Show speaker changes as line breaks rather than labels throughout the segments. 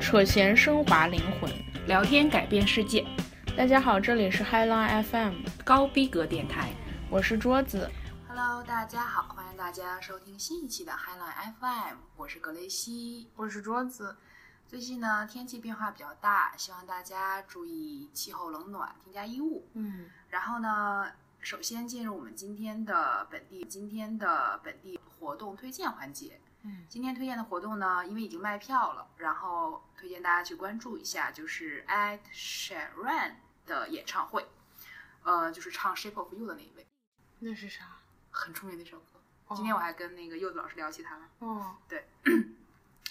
扯闲升华灵魂。
聊天改变世界，
大家好，这里是 High Line FM，
高逼格电台。
我是桌子。
Hello，大家好，欢迎大家收听新一期的 Highline FM，我是格雷西，
我是桌子。
最近呢，天气变化比较大，希望大家注意气候冷暖，添加衣物。
嗯，
然后呢，首先进入我们今天的本地今天的本地活动推荐环节。
嗯，
今天推荐的活动呢，因为已经卖票了，然后推荐大家去关注一下，就是 Ed Sheeran 的演唱会，呃，就是唱《Shape of You》的那一位，
那是啥？
很出名的一首歌。今天我还跟那个柚子老师聊起他来。
哦，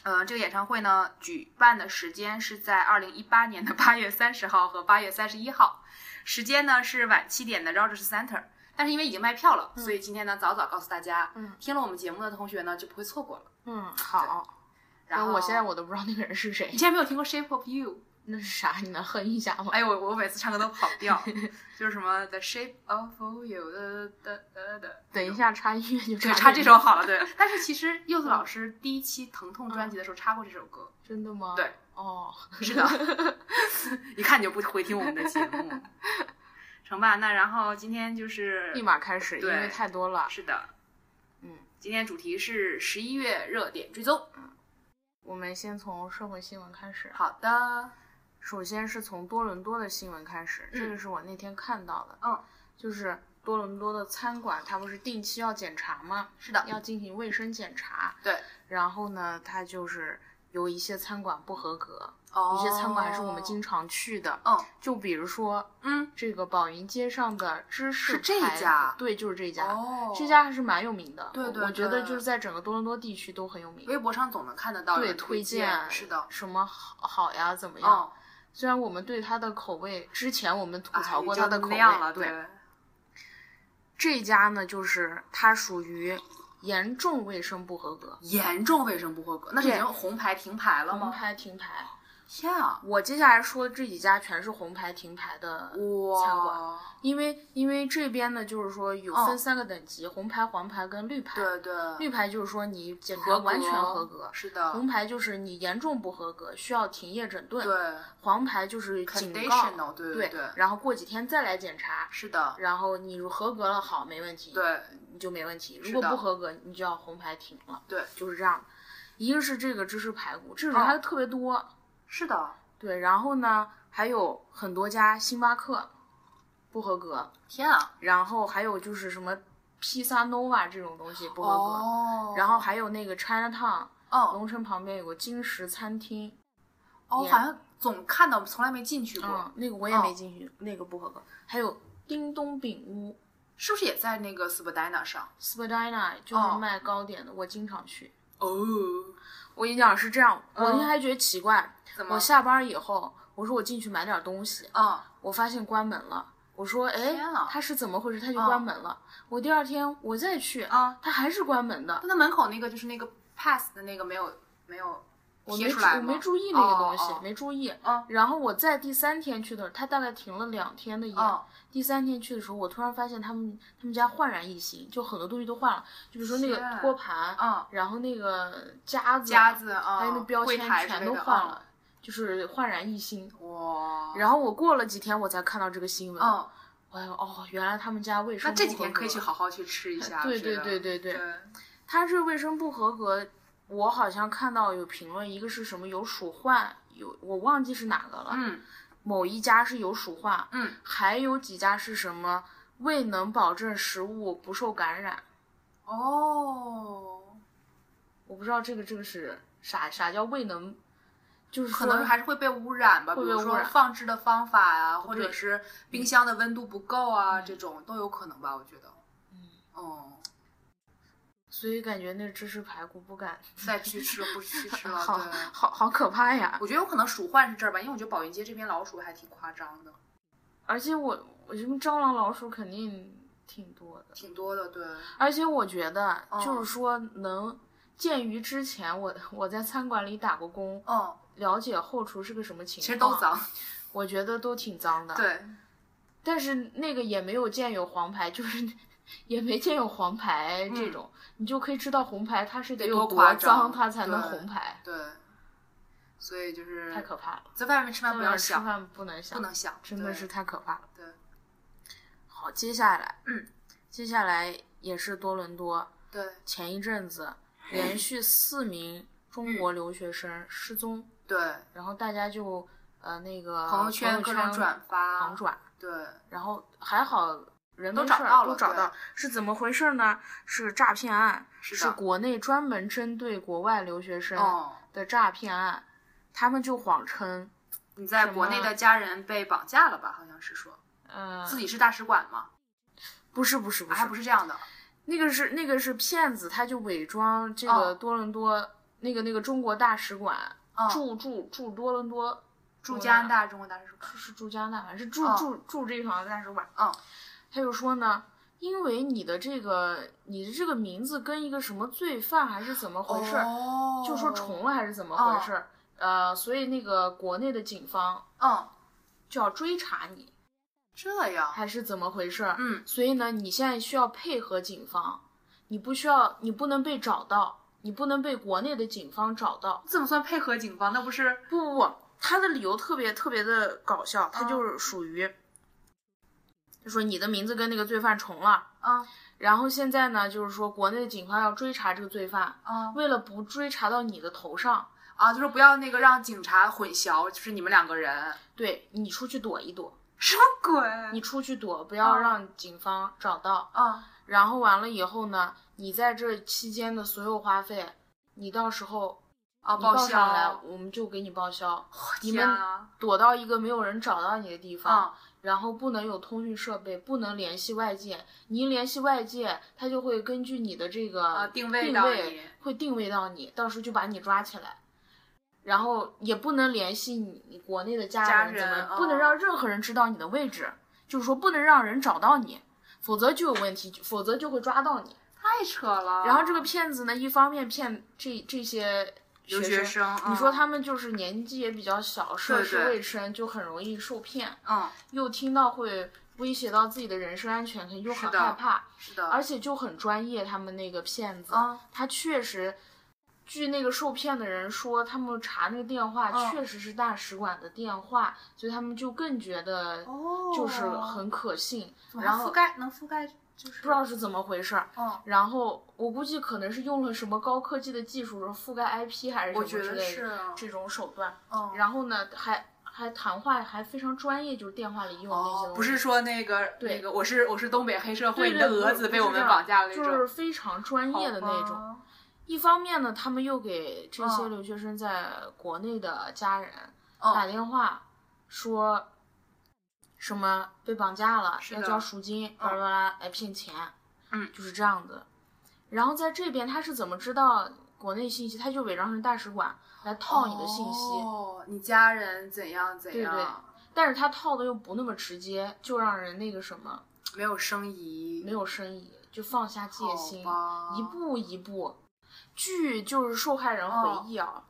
呃，这个演唱会呢，举办的时间是在二零一八年的八月三十号和八月三十一号，时间呢是晚七点的 Rogers Center。但是因为已经卖票了，
嗯
所以今天呢早早告诉大家，
嗯
听了我们节目的同学呢就不会错过了。
嗯，好。
然后
我现在我都不知道那个人是谁
你，现在没有听过《Shape of You》？
那是啥？你能哼一下吗？
哎呦，我我每次唱歌都跑 调，就是什么 The Shape of You 的的的的，
等一下插音乐就
对，
插
插这首好 了，对。但是其实柚子老
嗯
师第一期疼痛专辑的时候插过这首歌，
这，真的吗？
对。
哦，
是的，一看你就不回听我们的节目。 成吧，那然后今天就是
立马开始，因
对
为太多了。
是的，
嗯，
今天主题是十一月热点追踪。
我们先从社会新闻开始。
好的，
首先是从多伦多的新闻开始，
嗯
这个是我那天看到的。
嗯，
就是多伦多的餐馆，它不是定期要检查吗？
是的，
要进行卫生检查。
对，
然后呢，它就是有一些餐馆不合格，
哦
有些餐馆还是我们经常去的。
嗯
就比如说
嗯
这个宝云街上的芝士
是这
排
家
对，就是这家，
哦
这家还是蛮有名的。
对
我
对
我觉得
对
就是在整个多伦多地区都很有名。
微博上总能看得到有
对，
人推
荐
是的，
什么好好呀，怎么样？
嗯，
虽然我们对它的口味，之前我们吐槽过
哎就
它的口
那
味，
样了，
对，这家呢，就是它属于严重卫生不合格，
严重卫生不合格，那是已
对
经红牌停牌了
红
吗？
牌停牌。
天啊，
我接下来说的这几家全是红牌停牌的，餐馆
哇，
因为因为这边呢，就是说有
哦
分三个等级，红牌、黄牌跟绿牌。
对对，
绿牌就是说你检查
合格
完全合格，
是的，
红牌就是你严重不合格，需要停业整顿。
对
黄牌就是警告，
，conditional，对
对
对，
然后过几天再来检查，
是的，
然后你如合格了好，没问题，，
对
你就没问题。
是
如果
的
不合格，你就要红牌停了。
对，
就是这样。一个是这个芝士排骨，这种
嗯
还特别多，
是的，
对。然后呢，还有很多家星巴克不合格，
天啊，
然后还有就是什么披萨 nova 这种东西不合格，
哦，
然后还有那个 Chinatown
哦
龙城旁边有个金石餐厅，
哦，
也
好像总看到，从来没进去过
嗯，，那个我也
哦
没进去，那个不合格。还有叮咚饼屋
是不是也在那个 Spadina 上？
Spadina 就是
哦
卖糕点的，我经常去。
哦，
我跟你讲是这样，我那
嗯
天还觉得奇怪，
怎么
我？下班以后，我说我进去买点东西，
嗯，
我发现关门了。我说，哎
天啊，
它是怎么回事？它就关门了。我第二天我再去
啊，
它还是关门的。
但它门口那个就是那个 pass 的那个没有没有
我没
贴出
注
来
我
吗
没注意那个东西，
哦哦
没注意。
哦
然后我在第三天去的时候，它大概停了两天的业。
哦，
第三天去的时候，我突然发现他们他们家焕然一新，就很多东西都换了，就比如说那个
天
托盘，
嗯，
然后那个夹子，
夹子啊，
还有那标
柜
签
台之
全
类
都
的嗯
换了，，就是焕然一新。
嗯哇，
然后我过了几天，我才看到这个新闻。
嗯，
我还说哦，原来他们家卫生不合
那
格
这几天可以去好好去吃一 下，
对
是
对
的
对对对，
对，
他这卫生不合格，我好像看到有评论，一个是什么有鼠患，有我忘记是哪个了，
嗯
某一家是有鼠患，
嗯，
还有几家是什么未能保证食物不受感染。
哦，
我不知道这个这个是啥啥叫未能，就是
可
说
能还是会被污染吧，
嗯会
比
被
如
污
说
染
放置的方法呀、或
对嗯
者是冰箱的温度不够啊，这种都有可能吧，我觉得。
嗯，
哦，
所以感觉那芝士排骨不敢，
再去吃了不去吃了，
好
对。
好好可怕呀！
我觉得有可能鼠患是这儿吧，因为我觉得宝云街这边老鼠还挺夸张的，
而且我我觉得蟑螂老鼠肯定挺多的，
挺多的。对，
而且我觉得
嗯
就是说能。鉴于之前我我在餐馆里打过工，
嗯，
了解后厨是个什么情
其
况，
实都，脏。
我觉得都挺脏的。，
对，
但是那个也没有见有黄牌，就是 也没见有黄牌
嗯
这种，你就可以知道红牌它是得
得
有
多
多
夸张
脏，它才能
对
红牌。
对，所以就是
太可怕了。
在外面吃饭不要
吃
想，
饭不能想，
不能想，
真的
对
是太可怕了。
对，
好，接下来，
嗯，
接下来也是多伦多，
对
前一阵 子连续四名中国留学生失踪，
对，
然后大家就呃那个
朋友圈各种转发，
狂转，
对，
然后还好人
都
没
找
事儿
到
都
了
找
对
到，是怎么回事呢？是诈骗案，
是
是
的，
国内专门针对国外留学生
哦，
的诈骗案，他们就谎称，
你在
什
国内
么
的家人被绑架了吧？好像是说
呃，
自己是大使馆嘛，
不是不是不
嗯啊
是
还不是这样的，
那个是那个是骗子，他就伪装这个
哦
多伦多、那个那个中国大使馆、
嗯，
驻驻驻多伦多，
驻
多
加
伦
拿大中国大使馆
是，是驻加拿大，还是驻、
哦
驻驻这方大使馆？
嗯，
他就说呢，因为你的这个你的这个名字跟一个什么罪犯还是怎么回事儿，
哦
就说重，了还是怎么回事儿？呃，所以那个国内的警方
嗯，
就要追查你
这样，
还是怎么回事儿？
嗯，
所以呢，你现在需要配合警方，你不需要，你不能被找到，你不能被国内的警方找到。
怎么算配合警方？那不是
不不不，他的理由特别特别的搞笑，他
啊
就是属于，就说你的名字跟那个罪犯重了，
啊
然后现在呢，就是说国内的警方要追查这个罪犯，
啊
为了不追查到你的头上，
啊，就是不要那个让警察混淆，就是你们两个人
对你出去躲一躲，
什么鬼？
你出去躲，不要
啊
让警方找到。
啊
然后完了以后呢，你在这期间的所有花费，你到时候
啊，
你报
报
上来，
销，
我们就给你报销。你
天
们
啊
躲到一个没有人找到你的地方，
啊
然后不能有通讯设备，不能联系外界。你一联系外界，他就会根据你的这个
啊定位
定
到
位
你
会定位到你，到时候就把你抓起来。然后也不能联系你你国内的
家
家人，怎
人
么不能
哦
让任何人知道你的位置，就是说不能让人找到你，否则就有问题，否则就会抓到你。
太扯了。
然后这个骗子呢，一方面骗这这些
留
学
学生，
你说
嗯
他们就是年纪也比较小，涉世
对
未深，就很容易受骗，
嗯，
又听到会威胁到自己的人身安全，可能又很
是的
害怕，
是的，
而且就很专业。他们那个骗子，
啊
他确实，据那个受骗的人说，他们查那个电话、
嗯
确实是大使馆的电话，所以他们就更觉得
哦
就是很可信，然
然后
后
覆盖能覆盖就是
不知道是怎么回事儿。
哦，
然后我估计可能是用了什么高科技的技术，覆盖 IP 还是什
我
么
觉
之
得
类
是
的
啊
这种手段。
嗯，
然后呢，还还谈话还非常专业，就是电话里用的那些东
哦
西，
不是说那个
对
那个我是我是东北黑社会，
对
你
对
的
不
蛾
不
子
是
被我们
这
绑架了那
就
种，哦
是非常专业的那种。
种，
一方面呢，他们又给这些
嗯
留学生在国内的家人打
嗯，
电话，说什么被绑架了，
是
要
的
交赎金，巴拉巴拉来骗钱，
嗯，
就是这样子。然后在这边他是怎么知道国内信息？他就伪装成大使馆来套你的信息，
哦，你家人怎样怎
对对
样，
但是他套的又不那么直接，就让人那个什么。
没有生疑，
没有深意，就放下戒
好
心，
吧
一步一步。据就是受害人
哦
回忆啊，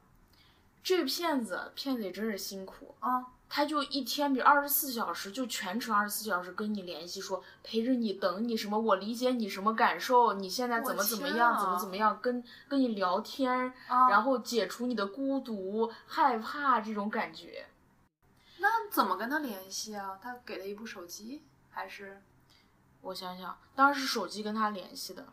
这个骗子骗子也真是辛苦，
啊，
他就一天比二十四小时就全程二十四小时跟你联系说，陪着你等你什么，我理解你什么感受，你现在怎么
我
怎么
天
样，
啊
怎么怎么样，跟跟你聊天，
啊
然后解除你的孤独、害怕这种感觉。
那怎么跟他联系啊？他给了一部手机还是
我想想，当时手机跟他联系的，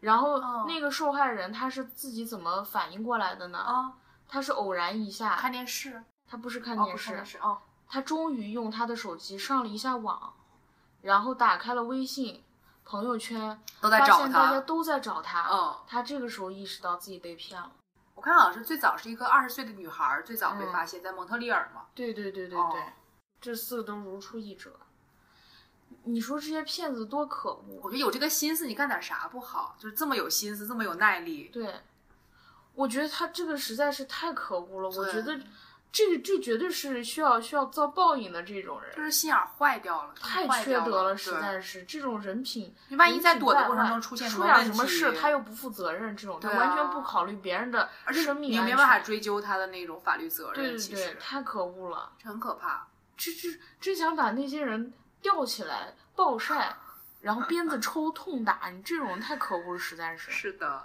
然后
哦
那个受害人他是自己怎么反应过来的呢？
啊？
他是偶然一下
看，电视，
他不是看
哦，
电
不是
视，
看电视哦，
他终于用他的手机上了一下网，然后打开了微信、朋友圈，
都在
发
找
现大家
他，
都在找他。
嗯。
他这个时候意识到自己被骗了。
我看好像是最早是一个二十岁的女孩儿，最早被
嗯
发现在蒙特利尔嘛。
对对对对对，
哦
这四个都如出一辙。你说这些骗子多可恶！
我觉得有这个心思，你干点啥不好？就是这么有心思，这么有耐力。
对，我觉得他这个实在是太可恶了。我
对
觉得这个这绝对是需要需要遭报应的这种
就
人，
是心眼儿坏掉了，
太
坏
缺
掉
德
了，
了，实
对
在是这种人品。
你万一在
人品
躲的
败
过程
坏
中出现什么
出点
问
什么事，
题
他又不负责任，这种他
对啊
完全不考虑别人的
而且
生
你
命
又
安
没
全。
办法追究他的那种法律责
对
任，
对
其
对
实，
太可恶了！
这很可怕。
这这真想把那些人吊起来暴晒，然后鞭子抽痛打，你这种人太可恶了，实在是。
是的，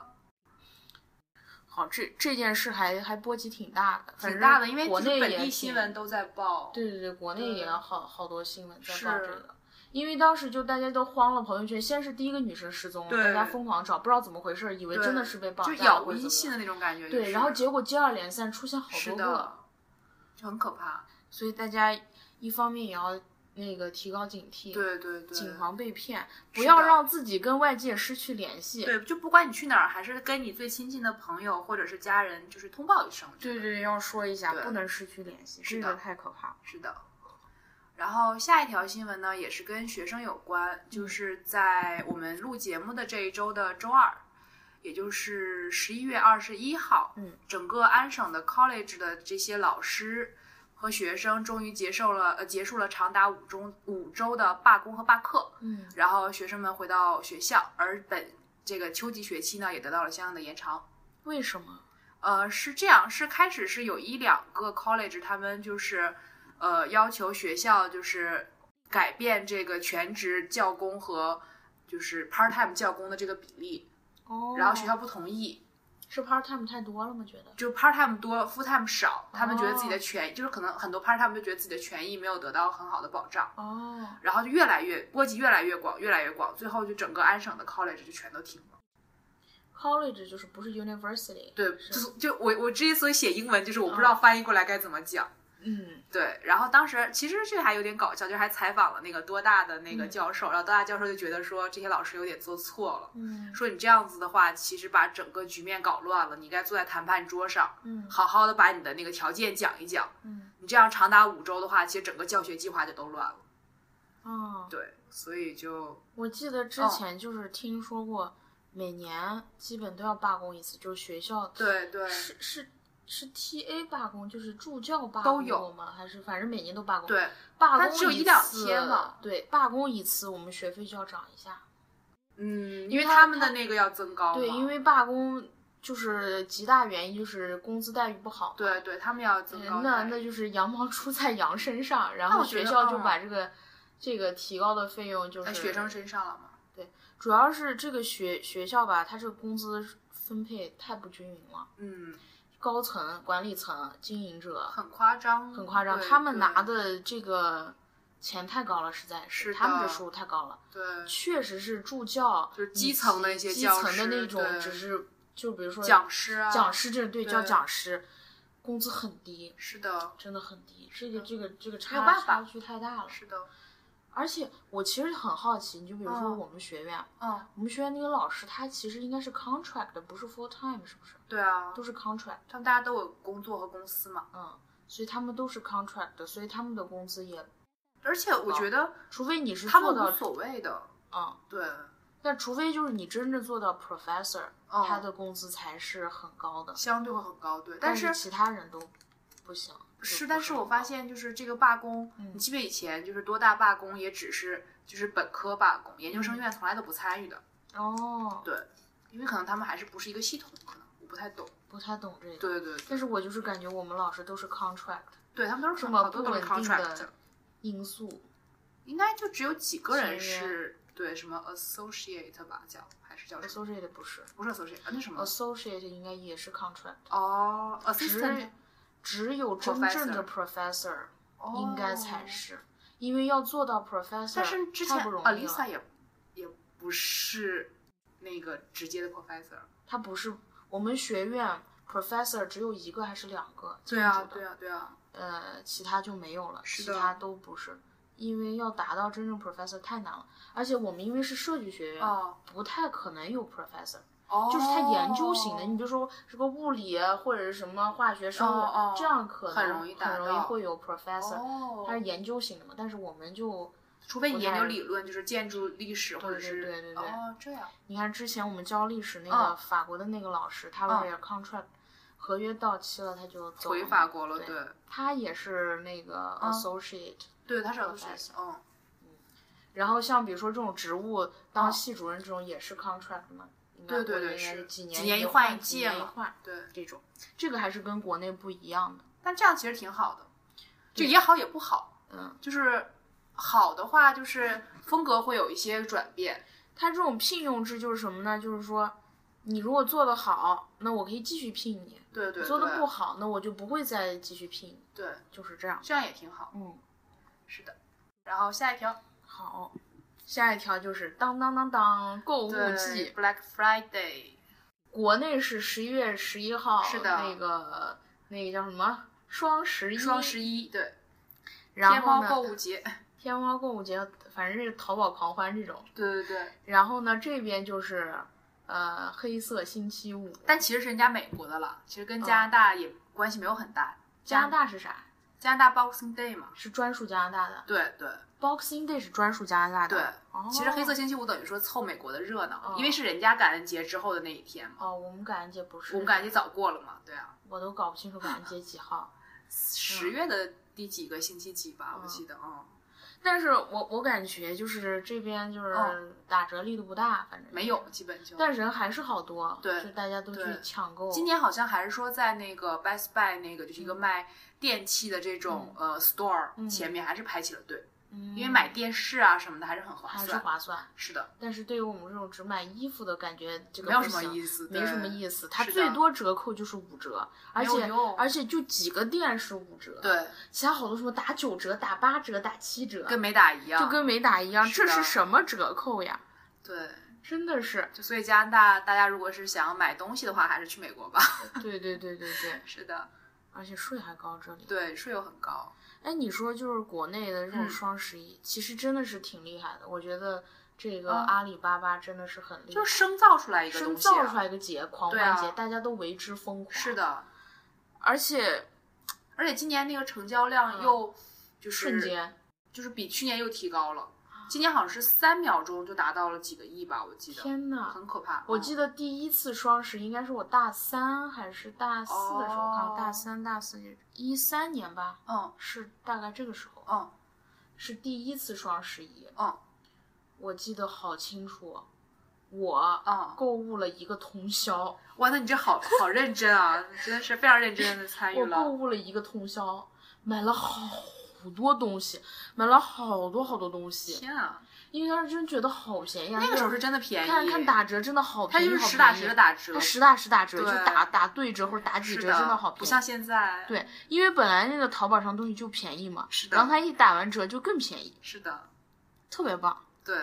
好，这这件事还还波及挺大的，反
挺
正
大的，因为
国
其实
内
本
也
地
挺
新闻都在报。
对对对，国内也
对
好好多新闻在
是
报这个，因为当时就大家都慌了，朋友圈先是第一个女生失踪了，大
对
家疯狂找，不知道怎么回事，以为
对
真的是被绑
就
架
杳
了或
无
者怎
音
么
信
样
的那种感觉。
对，然后结
果
果接二连三出现好
是
多
的
个，，
就很可怕。
所以大家一方面也要那个提高警惕，
对对对，
谨防被骗，不
是
要
的
让自己跟外界失去联系。
对，就不管你去哪儿，还是跟你最亲近的朋友或者是家人，就是通报一声。
对对对，要说一下，
对
不能失去联系，这
是的
个太可怕了。
是的。然后下一条新闻呢，也是跟学生有关，就是在我们录节目的这一周的周二，也就是十一月二十一号，
嗯，
整个安省的 college 的这些老师和学生终于结束了呃结束了长达五周五周的罢工和罢课，
嗯，
然后学生们回到学校，而本这个秋季学期呢也得到了相应的延长。
为什么？
呃，是这样，是开始是有一两个 college，他们就是呃要求学校就是改变这个全职教工和就是 part time 教工的这个比例，
哦，
然后学校不同意，
是 part time 太多了吗？觉得？
就 part time 多，full time 少，他们觉得自己
哦
的权益就是可能很多 part time 就觉得自己的权益没有得到很好的保障，
哦，
然后就越来越波及越来越广，越来越广，最后就整个安省的 college 就全都停了。
college 就是不是 university，
对，
是
就是就我我之所以写英文，就是我不知道翻译过来该怎么讲。
嗯，
对，然后当时其实这还有点搞笑，就是还采访了那个多大的那个
嗯
教授，然后多大教授就觉得说这些老师有点做错了，
嗯
说你这样子的话，其实把整个局面搞乱了，你该坐在谈判桌上，
嗯
好好的把你的那个条件讲一讲，
嗯
你这样长达五周的话，其实整个教学计划就都乱了。
哦，
对，所以就
我记得之
哦
前就是听说过，每年基本都要罢工一次，就是学校
对对
是是是 TA 罢工，就是助教罢
都
工
有
过吗？还是反正每年都罢工？，
对，
罢
但
工
只有
一
一两
次
天嘛。
对，罢工一次，我们学费就要涨一下。
嗯，
因
因
为
为
他
他们的那个要增高
对，
嘛
因为罢工就是极大原因就是工资待遇不好嘛。
对对，他们要增
嗯
高
那
待
那
遇。
就是羊毛出在羊身上，然后
我觉
学
得
校就
嗯
把这个、这个提高的费用就
在
是
学生身上了嘛？
主要是这个学学校吧，它这个工资分配太不均匀了，
嗯，
高层、管理层、经营者
很夸张，
很夸张，
嗯对
他们
对
拿的这个钱太高了，实在
是的
他们的收入太高了，
对
确实是助教
就是
以
基层的一些
及基
教
层的那
师
种，
对
只是就比如说
讲师啊，
讲师这对
对
叫讲师，工资很低，
是的，
真的很低，这个这个这个差
嗯没有办法
差距太大了。
是的，
而且我其实很好奇，你就比如说
嗯
我们学院，
嗯，
我们学院那个老师他其实应该是 contract 的，不是 full time，是不是？
对啊，
都是 contract，
他们大家都有工作和公司嘛，
嗯，所以他们都是 contract 的，所以他们的工资也，
而且我觉得
除非哦你是
他们
做
无
到，
所谓的，
嗯，
对，
但除非就是你真正做到 professor，、
嗯
他的工资才是很高的，
相对会很高，对，
但
但是。
其他人都不行。就不
是，但是我发现就是这个罢工，
嗯
你记不记得以前就是多大罢工，也只是就是本科罢工，研究生
嗯
院从来都不参与的，
很高哦，
对，因为可能他们还是不是一个系统，可能我不太懂，
不太懂这个。
对对
但
对，
是我就是感觉我们老师都是 contract
对他们都是
这
很
么
好多都是
不稳定的
contract，
因素，
应该就只有几个
签
人
约
是对什么 associate 吧，叫还是叫什么？
associate 不是
不是 associate，啊那什么？
，associate 应该也是 contract，
哦
只
，assistant，
只有真正的 professor
哦
应该才。是，因为要做到 professor，
但是之前
太不容易
Alisa
了，
也也不是那个直接的 professor。
他不是我们学院 professor 只有一个还是两个，清楚的
啊，对啊。
呃，其他就没有了，
是
其
的
他都不是，因为要达到真正 professor 太难了，而且我们因为是设计学院，
哦
不太可能有 professor。
哦，
就是它研究型的，你比如说这个物理啊或者是什么化学、生物，
哦哦
这样可能
很容易达
很容易
到
会有 professor，、它是
哦，
研究型的嘛。但是我们就，
除非你研究
不太
理论，就是建筑历史或者
对
是
对对对对
哦这样
你看之前我们教历史那个
嗯
法国的那个老师，他为了 contract 合约到期了，他就走
回
了
法
嘛
国了，
嗯对
对
他也是那个
嗯
associate，、
对，他是
Professor
associate，嗯，
然后像比如说这种职务当
嗯
系主任这种也是 contract 嘛，应该
对对
国内
对
应该
是
几
几
年
年
一
一换一
几
届
年一
嘛
换
对。
这种，这个还是跟国内不一样的，
但这样其实挺好的，就
对
也好也不好，
嗯。
就是好的话就是风格会有一些转变，
他这种聘用制就是什么呢？就是说，你如果做得好，那我可以继续聘你；
对对对，
做得不好，那我就不会再继续聘你，
对，
就是这样。
这样也挺好。
嗯，
是的。然后下一条，
好，下一条就是当当当当购物
对
季，
Black Friday，
国内是十一月十一号，
是的
那个那个叫什么双十一，
双十一，对，
然
天
后
猫
呢
购物节，
天猫购物节，反正是淘宝狂欢这种。
对对对。
然后呢，这边就是呃黑色星期五，
但其实是人家美国的了，其
嗯
实跟加拿大也关系没有很大。
加拿大是啥？
加拿大 Boxing Day 嘛，
是专属加拿大的
对对
，Boxing Day 是专属加拿大的。
对。
哦
其实黑色星期五等于说凑美国的热闹，
哦
因为是人家感恩节之后的那一天嘛。
哦，我们感恩节不是，
我们感恩节早过了嘛，对啊，
我都搞不清楚感恩节几号。
十月的第几个星期几吧，我记得，嗯，
但是我我感觉就是这边就
嗯
是打折力度不大，反正
没有，基本就。
但人还是好多，
对
就大家都去
对
抢购。
今年好像还是说在那个 Best Buy 那个就是一个卖电器的这种、呃 store、
嗯
前面还是排起了队，
嗯
因为买电视啊什么的还是很划
还
算。
是划算，
是的，
但是对于我们这种只买衣服的感觉，这个
没有
不
什么
行
意思，
没什么
思。
意思，它
是的
最多折扣就是五折，而
有
且
用
而且就几个店是五折，，
对，
其他好多什么打九折、打八折、打七折，
跟没打一样。
就跟没打一样，
是
这
的
是什么折扣呀？
对，
真的 是，
就所以加拿大大家如果是想买东西的话，还是去美国吧。
对对对对对，
是的，
而且税还高这里。
对，税又很高。
哎，你说就是国内的这种
嗯
双十一，其实真的是挺厉害的，我觉得这个
嗯
阿里巴巴真的是很厉害，
就生造出来一个
生
东西、啊，
造出来一个节，狂
对
欢
啊
节，大家都为之疯狂。
是，的，
而且
而且今年那个成交量
嗯
又就是
瞬间
就是比去年又提高了，今年好像是三秒钟就达到了几个亿吧，我记得，
天呐！
很可怕。
我记
得
得第一次双十一应该是我大三还是大四的时候，我看
哦
看大三、大四一三年吧，
嗯
是大概这个时候，
嗯
是第一次双十一，
嗯
我记得好清楚，我
嗯，
购物了一个通宵，
哇，那你这好好认真啊，真的是非常认真的参与
我购
了。
物了一个通宵，买了好多东西，买了好多好多东西，
天啊，
因为当时真觉得好便宜啊，
那个时候是真的便宜，
看看打折真的好
它
便宜，
就是
好
实打
便宜
实的打折
它，实打实打折，就
对
打打对折或者打几
是
折，真的好
不
便
像
宜。
现在。，
对，因为本来那个淘宝上东西就便宜嘛，
是的
然后它一打完折就更便宜，
是的，
特别棒。
对，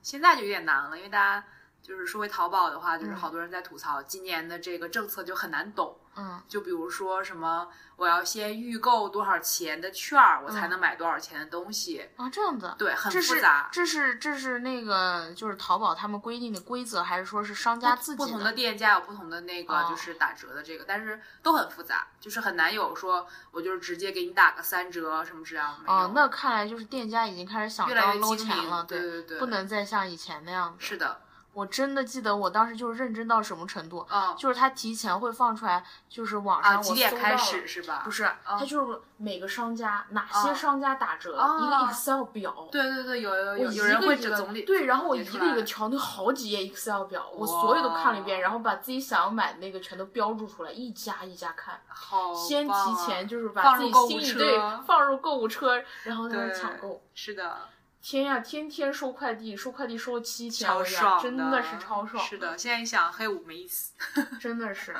现在就有点难了，因为大家就是说回淘宝的话，就是
嗯
好多人在吐槽今年的这个政策就很难懂。
嗯，
就比如说什么，我要先预购多少钱的券儿，我才能买多少钱的东西，
啊，这样子，
对，很
嗯这
复
是
杂。
这是这是那个就是淘宝他们规定的规则，还是说是商家自己
不同的店家有不同的那个
哦
就是打折的这个，但是都很复杂，就是很难有说我就是直接给你打个三折什么这样没有。
哦，那看来就是店家已经开始想
越来
招
越
搂
精
钱
明
了，
对对对，
不能再像以前那样子。
是的，
我真的记得我当时就是认真到什么程度，
嗯
就是他提前会放出来，就是网上
啊，
我
几
搜
点
到
开
了
始是吧？嗯
不是，它就是每个商家哪些
啊
商家打折，一个
啊
Excel 表。
对对对，有有
我
有
一
有
个
人会
一个
总理
对，然后我
总
一
结
个
出来
一个调，那好几页 Excel 表，我所有都看了一遍，
哇哦
然后把自己想要买的那个全都标注出来，一家一家看。
好
先提
棒啊
前就是把
放
自
入
己
购
心
物
里
车
对放入购物车，然后在那儿
对
抢购。
是的，
天呀，天天收快递，收快递收了七天，
超
我呀
爽
真
的
的是超爽，
是的，，现在一想黑五没 意思。
真的是。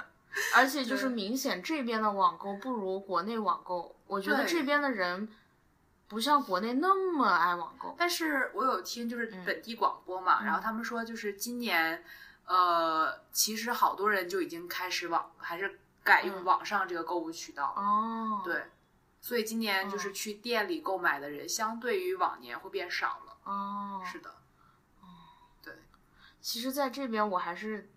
而且就是
对
明显这边的网购不如国内网购，我觉得
对
这边的人不像国内那么爱网购。
但是我有听就是
嗯
本地广播嘛，
嗯
然后他们说就是今年，呃，其实好多人就已经开始网还是改用
嗯
网上这个购物渠道了，
哦，，嗯
对，所以今年就是去店里购买的人相对于往年会变少了，
哦，
是的，
其实在这边我还是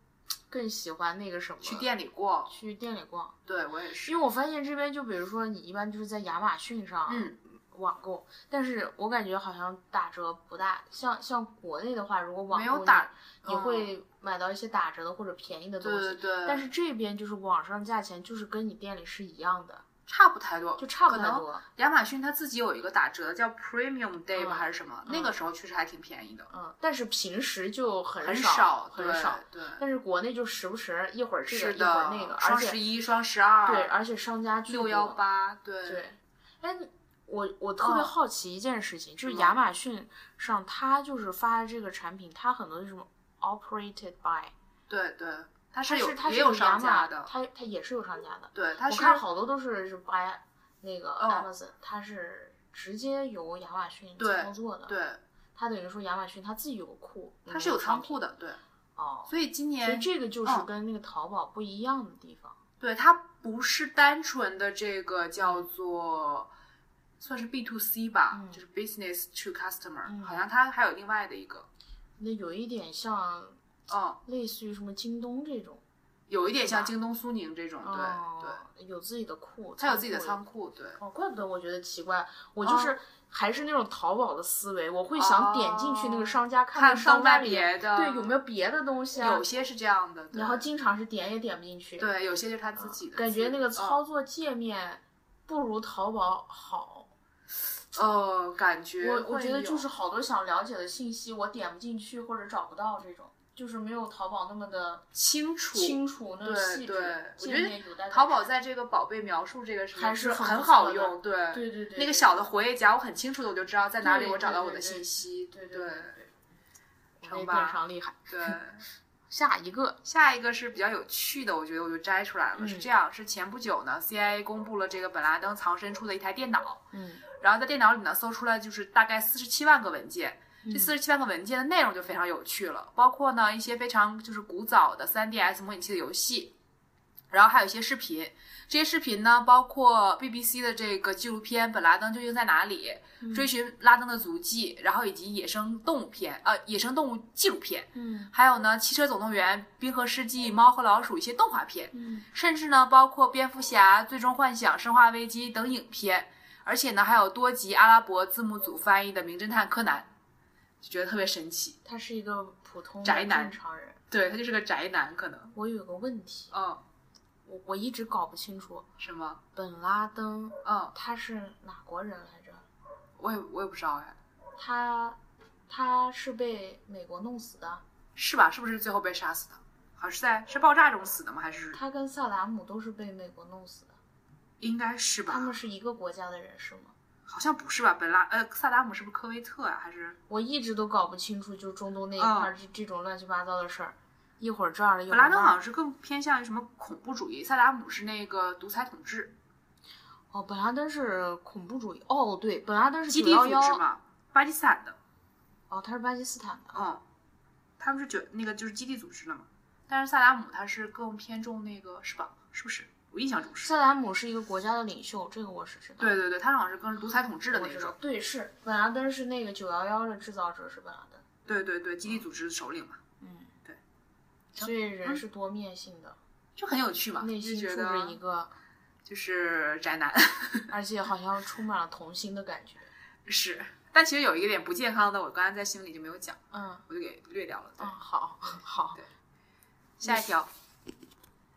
更喜欢那个什么，
去店里逛，
去店里逛，
对我也
嗯
是，
因为我发现这边就比如说你一般就是在亚马逊上，
嗯，
网购，但是我感觉好像打折不大，像像国内的话，如果网
没
购
有
你
打，
你
嗯
会买到一些打折的或者便宜的东
对对
西。
对，
但是这边就是网上价钱就是跟你店里是一样的，
差不太多，
就差不
可
太
能
多。
亚马逊它自己有一个打折的叫 Premium Day 吧、
嗯
还是什么，
嗯
那个时候确实还挺便宜的，
嗯，但是平时就很
很
少
对
很少。
对。
但是国内就时不时一会儿这个
是
一会儿
的，
那个，而
双十
且
一、双十二，
对，而且商家巨
六
多
幺八，对
对。哎，我我特别
嗯
好奇一件事情，就是
吗
亚马逊上它就是发这个产品，它很多是什么 operated by，
对对它是有
它是
也有
有
商家的，
它它也是有商家的。
对，它
我
是
看好多都是是 buy 那个
哦
Amazon，、它是直接由亚马逊
对
操作的。，
对，
它等于说亚马逊它自己有个库，
它是有仓库
的
的，对。
哦。
所以今
所以
年
这个就是
嗯
跟那个淘宝不一样的地方。
对它不是单纯的这个叫做算是 B to C 吧，
嗯
就是 business to customer，、
嗯
好像它还有另外的一个，
那有一点像
嗯，
类似于什么京东这种，
有一点像
是吧
京东、苏宁这种，对、对，
对，哦有自己的库，
它有自己的
库
仓哦库，对。
哦，怪不得我觉得奇怪，我就是还是那种淘宝的思维，我会想点进去那个商家
哦看
看商
卖
家里
别的，
对有没有别的东西啊
有，些是这样的，对
然后经常是点也点不进去，
对，有些就是他自己的字，
感觉那个操
嗯
作界面不如淘宝好。
呃，感觉
我我
会
觉得
有
就是好多想了解的信息我点不进去或者找不到这种，就是没有淘宝那么的
清楚。
清楚那么
对
细
对
致，
我
界
觉得
面有待改
淘宝
善
在这个宝贝描述这个什么
还是很
很
不
好
错的
用，对
对对对
那个小的活页夹，我很清楚的我就知道在哪里
对
我找
对
到
对
我的
对
信息，
对
对
对对
成
那
吧
电商厉害。
对。
下一个
下一个是比较有趣的，我觉得我就摘出来了，
嗯
是这样，是前不久呢，CIA 公布了这个本拉登藏身处的一台电脑，
嗯，
然后在电脑里呢搜出来就是大概四十七万个文件，这
嗯
四十七万个文件的内容就非常有趣了，包括呢一些非常就是古早的 3DS 模拟器的游戏，然后还有一些视频。这些视频呢，包括 BBC 的这个纪录片《本拉登究竟在哪里》，追寻拉登的足迹，然后以及野生动物片，呃，野生动物纪录片，
嗯
还有呢《汽车总动员》《冰河世纪》《猫和老鼠》一些动画片。
嗯
甚至呢包括蝙蝠侠、最终幻想、生化危机等影片，而且呢还有多集阿拉伯字幕组翻译的《名侦探柯南》，就觉得特别神奇。
他是一个普通的
宅男
正常人。
对他就是个宅男，可能，
我有个问题，
嗯，
我我一直搞不清楚，
什么，
本拉登
嗯，
他是哪国人来着？
我也我也不知道哎，
他他是被美国弄死的，
是吧？是不是最后被杀死的？好像是在是爆炸中死的吗？还是
他跟萨达姆都是被美国弄死的，
应该是吧
他？们是一个国家的人是吗？
好像不是吧？本拉呃萨达姆是不是科威特啊？还是
我一直都搞不清楚，就中东那一块儿这、这种乱七八糟的事儿，一会儿这儿一会
哦本
儿
拉登
那
好
儿。
像是更偏向于什么恐怖主义，萨达姆是那个独裁统治
哦，本拉登是恐怖主义。哦，对，本拉登是
基
九
地
幺
组织
幺。
嘛，巴基斯坦的。
哦，他是巴基斯坦的。
嗯，他们是觉那个就是基地组织的嘛，但是萨达姆他是更偏重那个是吧？是不是？我印象中是。
萨达姆是一个国家的领袖，这个我是知道。
对对对，他好像是更独裁统治的
我
那
知道
种。，
对，是本拉登是那个九幺幺的制造者是本拉登，
对对对，基地组织首领嘛，
嗯，
对，
所以人是多面性的，
就很有趣嘛，
内
嗯就
心
觉
住着一
得
个，
就是宅男
而且好像充满了童心的感觉，
是。但其实有一个点不健康的，我刚才在新闻里就没有讲，
嗯
我就给略掉了。对
嗯，好好，
下一条，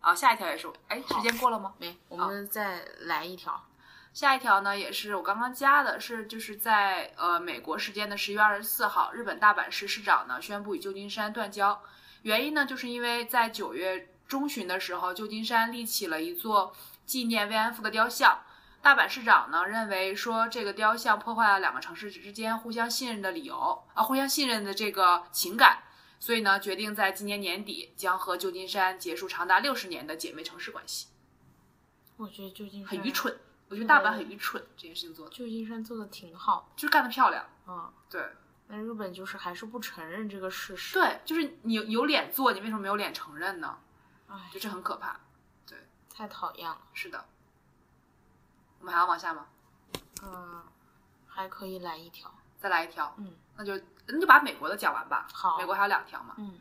啊、下一条也是我，哎，时间过了吗？
没，我们再来一条，
下一条呢，也是我刚刚加的，是就是在呃美国时间的十月二十四号，日本大阪市市长呢宣布与旧金山断交，原因呢就是因为在九月中旬的时候，旧金山立起了一座纪念慰安妇的雕像。大阪市长呢认为说这个雕像破坏了两个城市之间互相信任的理由啊，互相信任的这个情感，所以呢决定在今年年底将和旧金山结束长达六十年的姐妹城市关系。
我觉得旧金山
很愚，蠢，我觉得大阪很愚蠢这件事情做的。
旧金山做的挺好，
就是干得漂亮。
嗯，
对
那日本就是还是不承认这个事实，
对，就是你有有脸做，你为什么没有脸承认呢？
哎，
就这很可怕。
太讨厌了，
是的，我们还要往下吗？
嗯，还可以来一条，
再来一条，
嗯，
那就那就把美国的讲完吧。
好
美国还有两条嘛。
嗯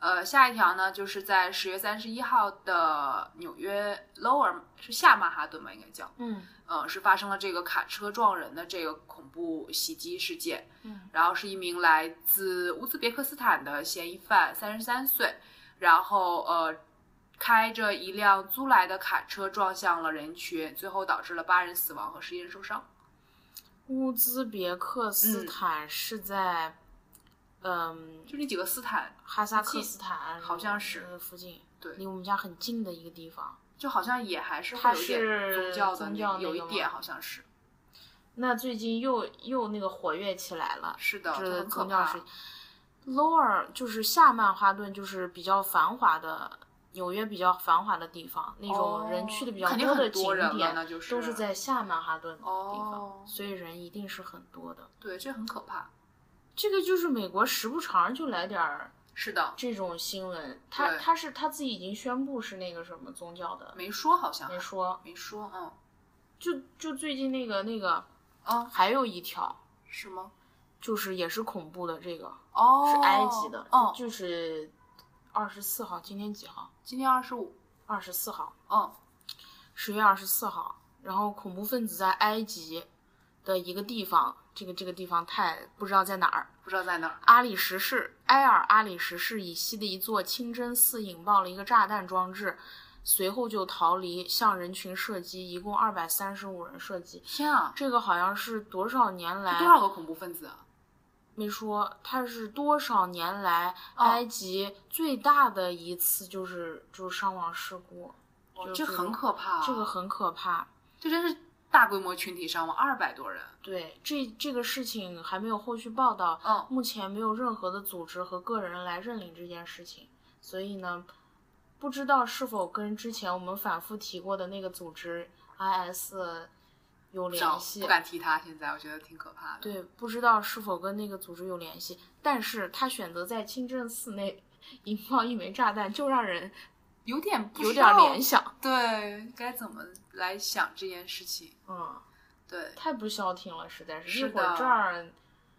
呃，下一条呢，就是在十月三十一号的纽约 Lower 是下曼哈顿吧，应该叫，
嗯
呃，是发生了这个卡车撞人的这个恐怖袭击事件。
嗯
然后是一名来自乌兹别克斯坦的嫌疑犯，三十三岁，然后呃，开着一辆租来的卡车撞向了人群，最后导致了八人死亡和十一人受伤。
乌兹别克
嗯
斯坦是在，嗯，
就那几个斯坦，
哈萨克斯坦
好像是
呃附近，
对
离我们家很近的一个地方。
就好像也还是会
它
有一点
是
宗教的
宗
那
教那
有一
个
点
吗
好像是，
那最近又又那个活跃起来了，
是的，就
这
很可
宗教
怕
是。Lower 就是下曼哈顿，就是比较繁华的纽约比较繁华的地方，那种人去的比较
哦肯定
多的
很
景
多人了，
点，
那就是
都是在下曼哈顿的地方，
哦
所以人一定是很多的。
对，这很可怕。
这个就是美国时不常就来点儿
是的，
这种新闻，他
对
他是他自己已经宣布是那个什么宗教的，
没说好像
没说，
没说，嗯，
就就最近那个那个
哦，
还有一条，
是吗？
就是也是恐怖的，这个
哦，
是埃及的，
哦，
就就是二十四号，今天几号？
今天二十五，
二十四号，
嗯，
十月二十四号。然后恐怖分子在埃及的一个地方，这个这个地方太不知道在哪儿，
不知道在哪儿。
阿里什市埃尔阿里什市以西的一座清真寺引爆了一个炸弹装置，随后就逃离，向人群射击，一共二百三十五人射击。
天啊，
这个好像是多少年来
多少个恐怖分子啊？
没说，它是多少年来
哦
埃及最大的一次就是就是伤亡事故，
哦
就
这
是
很可怕，啊
这个很可怕。
这真是大规模群体伤亡，二百多人。
对，这这个事情还没有后续报道，
嗯，
目前没有任何的组织和个人来认领这件事情，所以呢，不知道是否跟之前我们反复提过的那个组织 IS 有
不知道
联系
不。敢提他，现在我觉得挺可怕的。，
对，不知道是否跟那个组织有联系，但是他选择在清真寺内引爆一枚炸弹，就让人
有点不
有
知
点
道
联想。
对，该怎么来想这件事情？
嗯，
对
太不消停了，实在是。
是
一会儿
的
这儿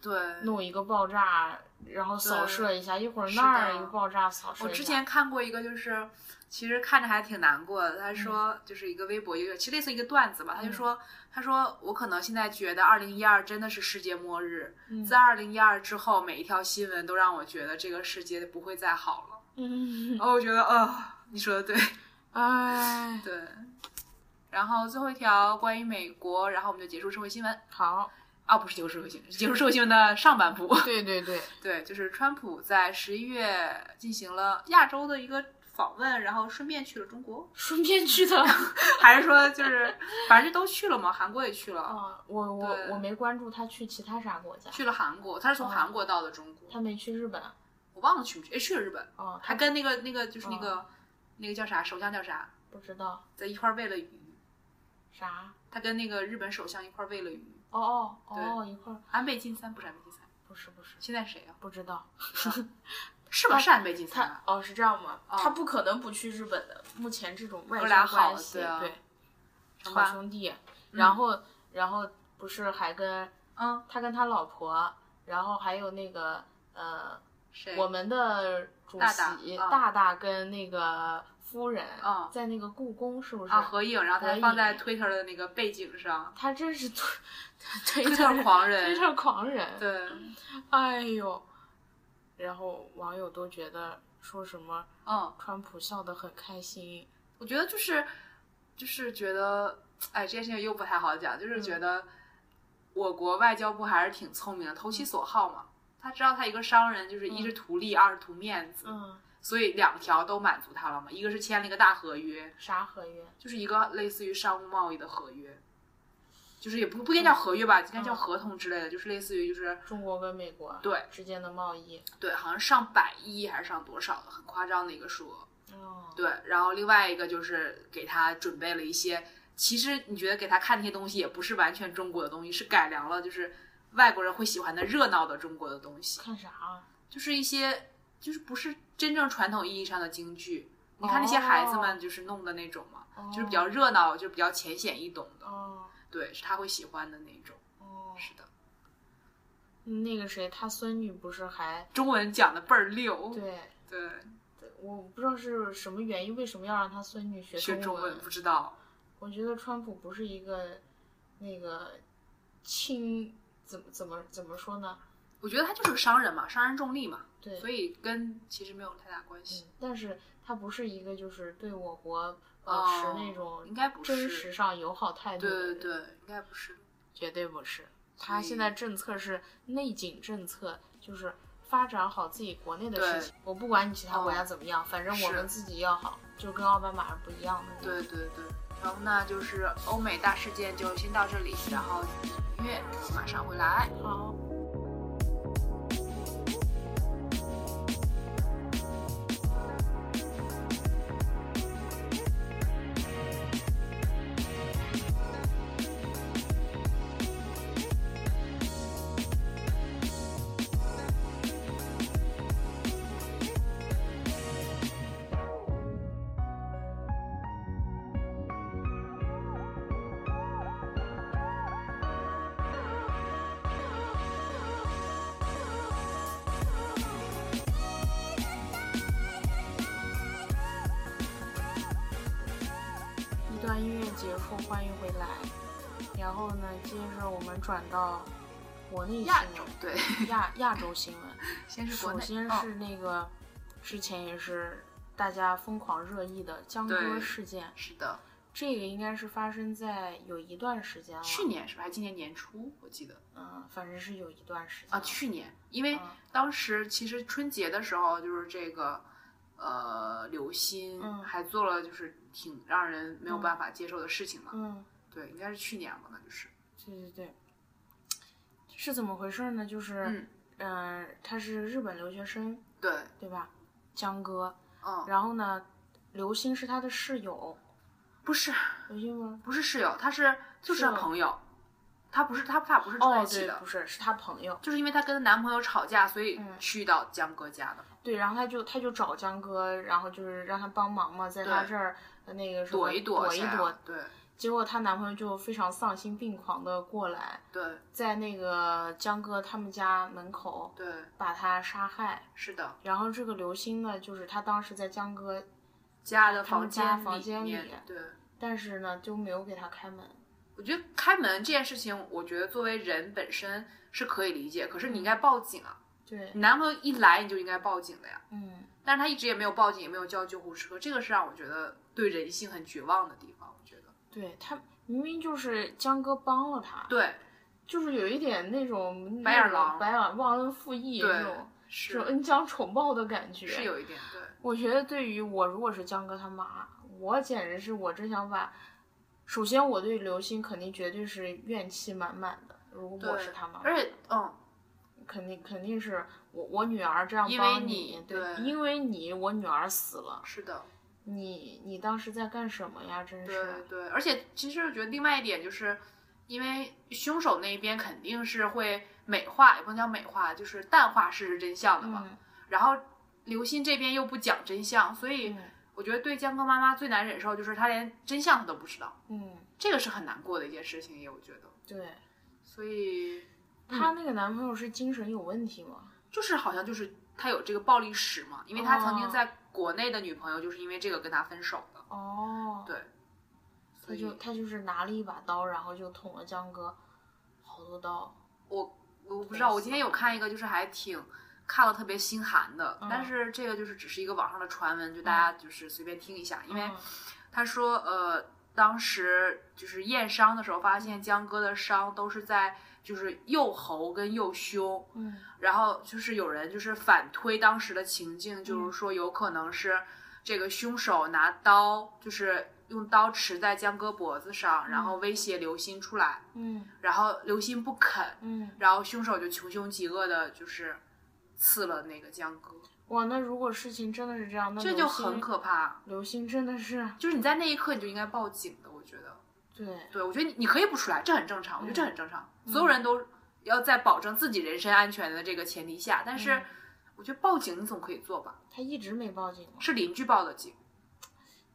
对，
弄一个爆炸，然后扫
对
射一下；一会儿
是
那儿
的
一个爆炸，扫射
我
一下。
之前看过一个，就是其实看着还挺难过的。他说，就是一个微博，一个其实类似一个段子吧。他就说，他说我可能现在觉得二零一二真的是世界末日，
嗯
在二零一二之后，每一条新闻都让我觉得这个世界不会再好了。
嗯，
然后我觉得，呃，你说的对，
哎，
对。然后最后一条关于美国，然后我们就结束社会新闻
好，
啊，不是结束社会新闻，是结束社会新闻的上半部。
对对对，
对，就是川普在十一月进行了亚洲的一个访问，然后顺便去了中国，
顺便去 的。
还是说就是反正就都去了嘛，韩国也去了，
啊，我我
对
我没关注他去其他啥国家，
去了韩国，他是从
哦
韩国到的中国，
他没去日本。
我忘了去不去，哎，去了日本，
哦，
还
他
跟那个那个就是那个那个叫啥首相叫啥，
不知道
在一块儿喂了鱼，
啥。
他跟那个日本首相一块儿喂了鱼，
哦哦
对
哦，一块儿
安倍晋三不是安倍晋三，
不是不是，
现在谁啊？
不知道。
是吧？
他
是安倍晋三
他
啊？
哦是这样吗？
哦
他不可能不去日本的。目前这种外
哥俩
交
好
关系，
对啊
对，
成
好
吧
兄弟。然后然后不是还跟
嗯，
他跟他老婆，然后还有那个呃
谁？
我们的主
大大
席
啊
大大跟那个夫人
啊
在那个故宫是不是？
啊合影，然后
合
他
影
放在 Twitter 的那个背景 上
他真是推推
，Twitter 狂
推
人，
特狂人，
对，
哎呦！然后网友都觉得说什么
嗯。
川普笑得很开心，
我觉得就是就是觉得，哎，这件事情又不太好讲，就是
嗯
觉得我国外交部还是挺聪明的，投
嗯
其所好嘛。他知道他一个商人就是一是图利，二是图面子，
嗯，
所以两条都满足他了嘛。一个是签了一个大合约，
啥合约？
就是一个类似于商务贸易的合约，就是也不不应该叫合约吧，应该叫
嗯
合同之类的，就是类似于就是
中国跟美国
对
之间的贸易，
对，好像上百亿还是上多少的，很夸张的一个数额。
哦，
对，然后另外一个就是给他准备了一些，其实你觉得给他看那些东西也不是完全中国的东西，是改良了，就是外国人会喜欢的热闹的中国的东西，
看啥啊？
就是一些就是不是真正传统意义上的京剧。你看那些孩子们就是弄的那种嘛，就是比较热闹，就比较浅显易懂的，
哦
对，是他会喜欢的那种。
哦，
是的，
那个谁，他孙女不是还
中文讲的倍儿溜。
对。
对，
我不知道是什么原因，为什么要让他孙女学
学中
文
文？不知道，
我觉得川普不是一个那个亲，怎么怎么怎么说呢？
我觉得他就是个商人嘛，商人重利嘛，
对，
所以跟其实没有太大关系
嗯。但是他不是一个就是对我国保持
哦
那种
应该不
真
是，
实上友好态度
对
的人，
对对，应该不是。
绝对不是。
所
他
以
现在政策是内紧政策，就是发展好自己国内的
对
事情。我不管你其他国家
哦
怎么样，反正我
是
们自己要好，就跟奥巴马是不一样的。
对对对，然后那就是欧美大事件就先到这里，然后音乐马上回来。
好，欢迎回来。然后呢，接着我们转到国内新
亚洲
闻，
对，
亚亚洲新闻。
先 是
嗯
国
首
内，
先
哦
是那个、之前也是大家疯狂热议的江歌
对
事件，
是的，
这个应该是发生在有一段时间了，
去年是吧？还今年年初我记得
嗯，反正是有一段时间
啊，
了
去年，因为
嗯
当时其实春节的时候，就是这个呃刘鑫
嗯
还做了就是挺让人没有
嗯
办法接受的事情嘛，
嗯，
对，应该是去年吧，那就是，
对对对，是怎么回事呢？就是，
嗯，
嗯、他是日本留学生，
对，
对吧？江歌，
嗯，
然后呢，刘星是他的室友，
不是
刘星吗？
不是室友，他是就是
是
他朋友，他不是他他俩不是住在
哦，
一起
对，
的，
不是，是他朋友。
就是因为她跟男朋友吵架，所以
嗯
去到江哥家的，
对，然后他就他就找江哥，然后就是让他帮忙嘛，在他
对
这儿呃那个什么
躲一躲，
躲一躲。，
对
结果她男朋友就非常丧心病狂的过来，
对
在那个江哥他们家门口
对，
把他杀害。
是的，
然后这个刘星呢，就是他当时在江哥，
家的
他们
房
家
里
房间
面
里
对。
但是呢就没有给他开门。
我觉得开门这件事情，我觉得作为人本身是可以理解，可是
嗯
你应该报警啊！
对
你，男朋友一来你就应该报警的呀，
嗯，
但是他一直也没有报警，也没有叫救护车，这个是让我觉得对人性很绝望的地方。我觉得，
对他明明就是江哥帮了他，
对，
就是有一点那种
白眼狼
白眼狼忘恩负义
对
那种，这种
是
恩将仇报的感觉。
是有一点对，
我觉得对于我，如果是江哥他妈，我简直是我真想把。首先，我对刘星肯定绝对是怨气满满的。如果我
对
是他妈，
而且嗯，
肯定肯定是我我女儿这样
因为
帮
你
对，
对
因为你我女儿死了，
是的，
你你当时在干什么呀？真
对
是，
对，而且其实我觉得另外一点就是，因为凶手那一边肯定是会美化，也不能叫美化，就是淡化事实真相的嘛。
嗯
然后刘鑫这边又不讲真相，所以
嗯
我觉得对江哥妈妈最难忍受就是她连真相她都不知道，
嗯，
这个是很难过的一件事情，也我觉得。
对，
所以
她那个男朋友是精神有问题吗？
就是好像就是她有这个暴力史嘛，因为她曾
哦
经在国内的女朋友就是因为这个跟他分手的，
哦，
对。
他
所以
就他就是拿了一把刀，然后就捅了江哥好多刀。
我我不知道，我今天有看一个，就是还挺看了特别心寒的，
嗯
但是这个就是只是一个网上的传闻，就大家就是随便听一下，因为
嗯
他说呃，当时就是验伤的时候发现江哥的伤都是在就是右喉跟右胸，
嗯
然后就是有人就是反推当时的情境，
嗯
就是说有可能是这个凶手拿刀就是。用刀持在江哥脖子上，然后威胁刘鑫出来，
嗯
然后刘鑫不肯，
嗯，
然后凶手就穷凶极恶的，就是刺了那个江哥，
哇，那如果事情真的是这样，那
这
刘
就
星
很。可怕。
刘星真的是
就是你在那一刻你就应该报警的，我觉得。
对，
对，我觉得你你可以不出来，这很正常，我觉得这很正常，
嗯
所有人都要在保证自己人身安全的这个前提下，但是
嗯
我觉得报警你总可以做吧，
他一直没报警吗。
是邻居报的警，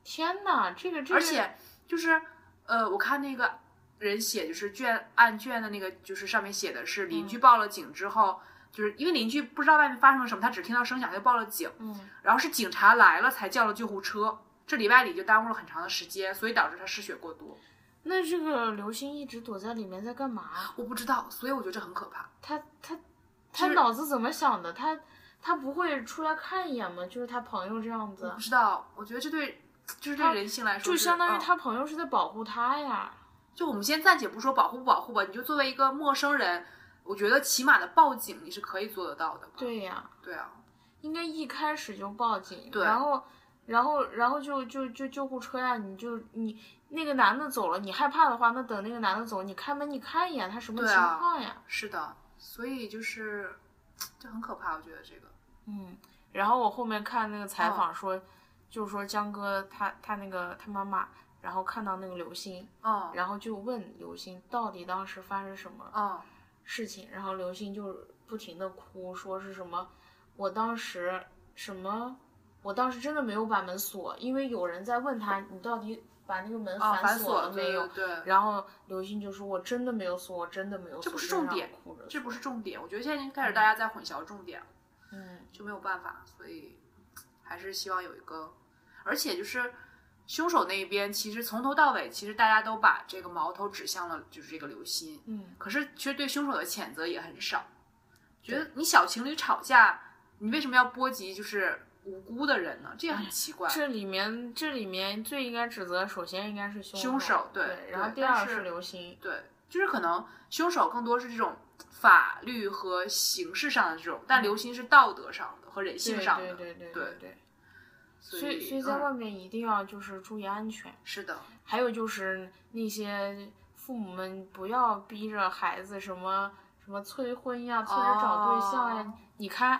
天哪，这个这个，
而且就是呃，我看那个人写就是卷案卷的那个，就是上面写的是邻居报了警之后。就是因为邻居不知道外面发生了什么，他只听到声响就报了警，
嗯
然后是警察来了才叫了救护车，这里外里就耽误了很长的时间，所以导致他失血过多。
那这个刘星一直躲在里面在干嘛？
我不知道，所以我觉得这很可怕。
他他他脑子怎么想的？他他不会出来看一眼吗？就是他朋友这样
我
子
不，知道，我觉得这对就是对
他
人性来说，
就是相当于
嗯
他朋友是在保护他呀。
就我们先暂且不说保护不保护吧，你就作为一个陌生人，我觉得起码的报警你是可以做得到的吧？
对呀、
对啊，
应该一开始就报警，
对
然后，然后，然后就就就救护车呀、你就你那个男的走了，你害怕的话，那等那个男的走，你开门你看一眼他什么
对
情
啊
况呀？
是的，所以就是就很可怕，我觉得这个
嗯，然后我后面看那个采
嗯
访说，就是说江哥他他那个他妈妈，然后看到那个刘星，
哦
然后就问刘星到底当时发生什么
哦
事情，然后刘星就不停的哭，说是什么我当时什么，我当时真的没有把门锁，因为有人在问他你到底把那个门
哦，反
锁
锁
了没有。
对对对，
然后刘星就说：“我真的没有锁，我真的没有锁。”
这不是重点
就让我哭着
这不是重点，我觉得现在已经开始大家在混淆重点了。
嗯
就没有办法，所以还是希望有一个，而且就是凶手那一边其实从头到尾，其实大家都把这个矛头指向了就是这个刘鑫，
嗯，
可是其实对凶手的谴责也很少。觉得你小情侣吵架，你为什么要波及就是无辜的人呢？这也很奇怪。
这里面这里面最应该指责，首先应该是凶
凶手对
对，然后
对
第
但
二
是
是刘鑫，
对，就是可能凶手更多是这种法律和形式上的这种，但刘鑫是道德上的和人
嗯
性
对
上的。
对对对
对
对，
所
所以所以在
嗯
外面一定要就是注意安全。
是的，
还有就是那些父母们不要逼着孩子什么什么催婚呀、催着找对象呀。
哦
你看，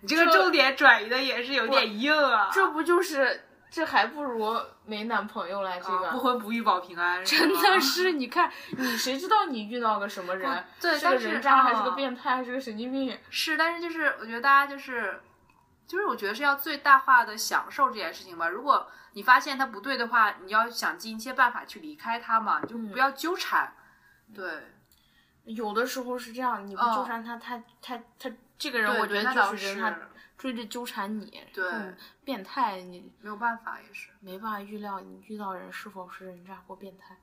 你这个重点转移的也是有点硬啊。
这不就是这还不如没男朋友来这个。
啊 不婚不育保平安，
真的
是
是，你看，你谁知道你遇到个什么人？
对
是个
但是
人渣，还是个
啊
变态，还是个神经病？
吗是，但是就是我觉得大家就是。就是我觉得是要最大化的享受这件事情吧。如果你发现它不对的话，你要想尽一切办法去离开它嘛，你就
嗯
不要纠缠。对，
有的时候是这样，你不
哦
纠缠他，他他他这个人，
对
我觉
对
得
那倒
就是人，
是
他追着纠缠你，
对
这种变态，你
没有办法也是。
没办法预料你遇到人是否是人渣或变态。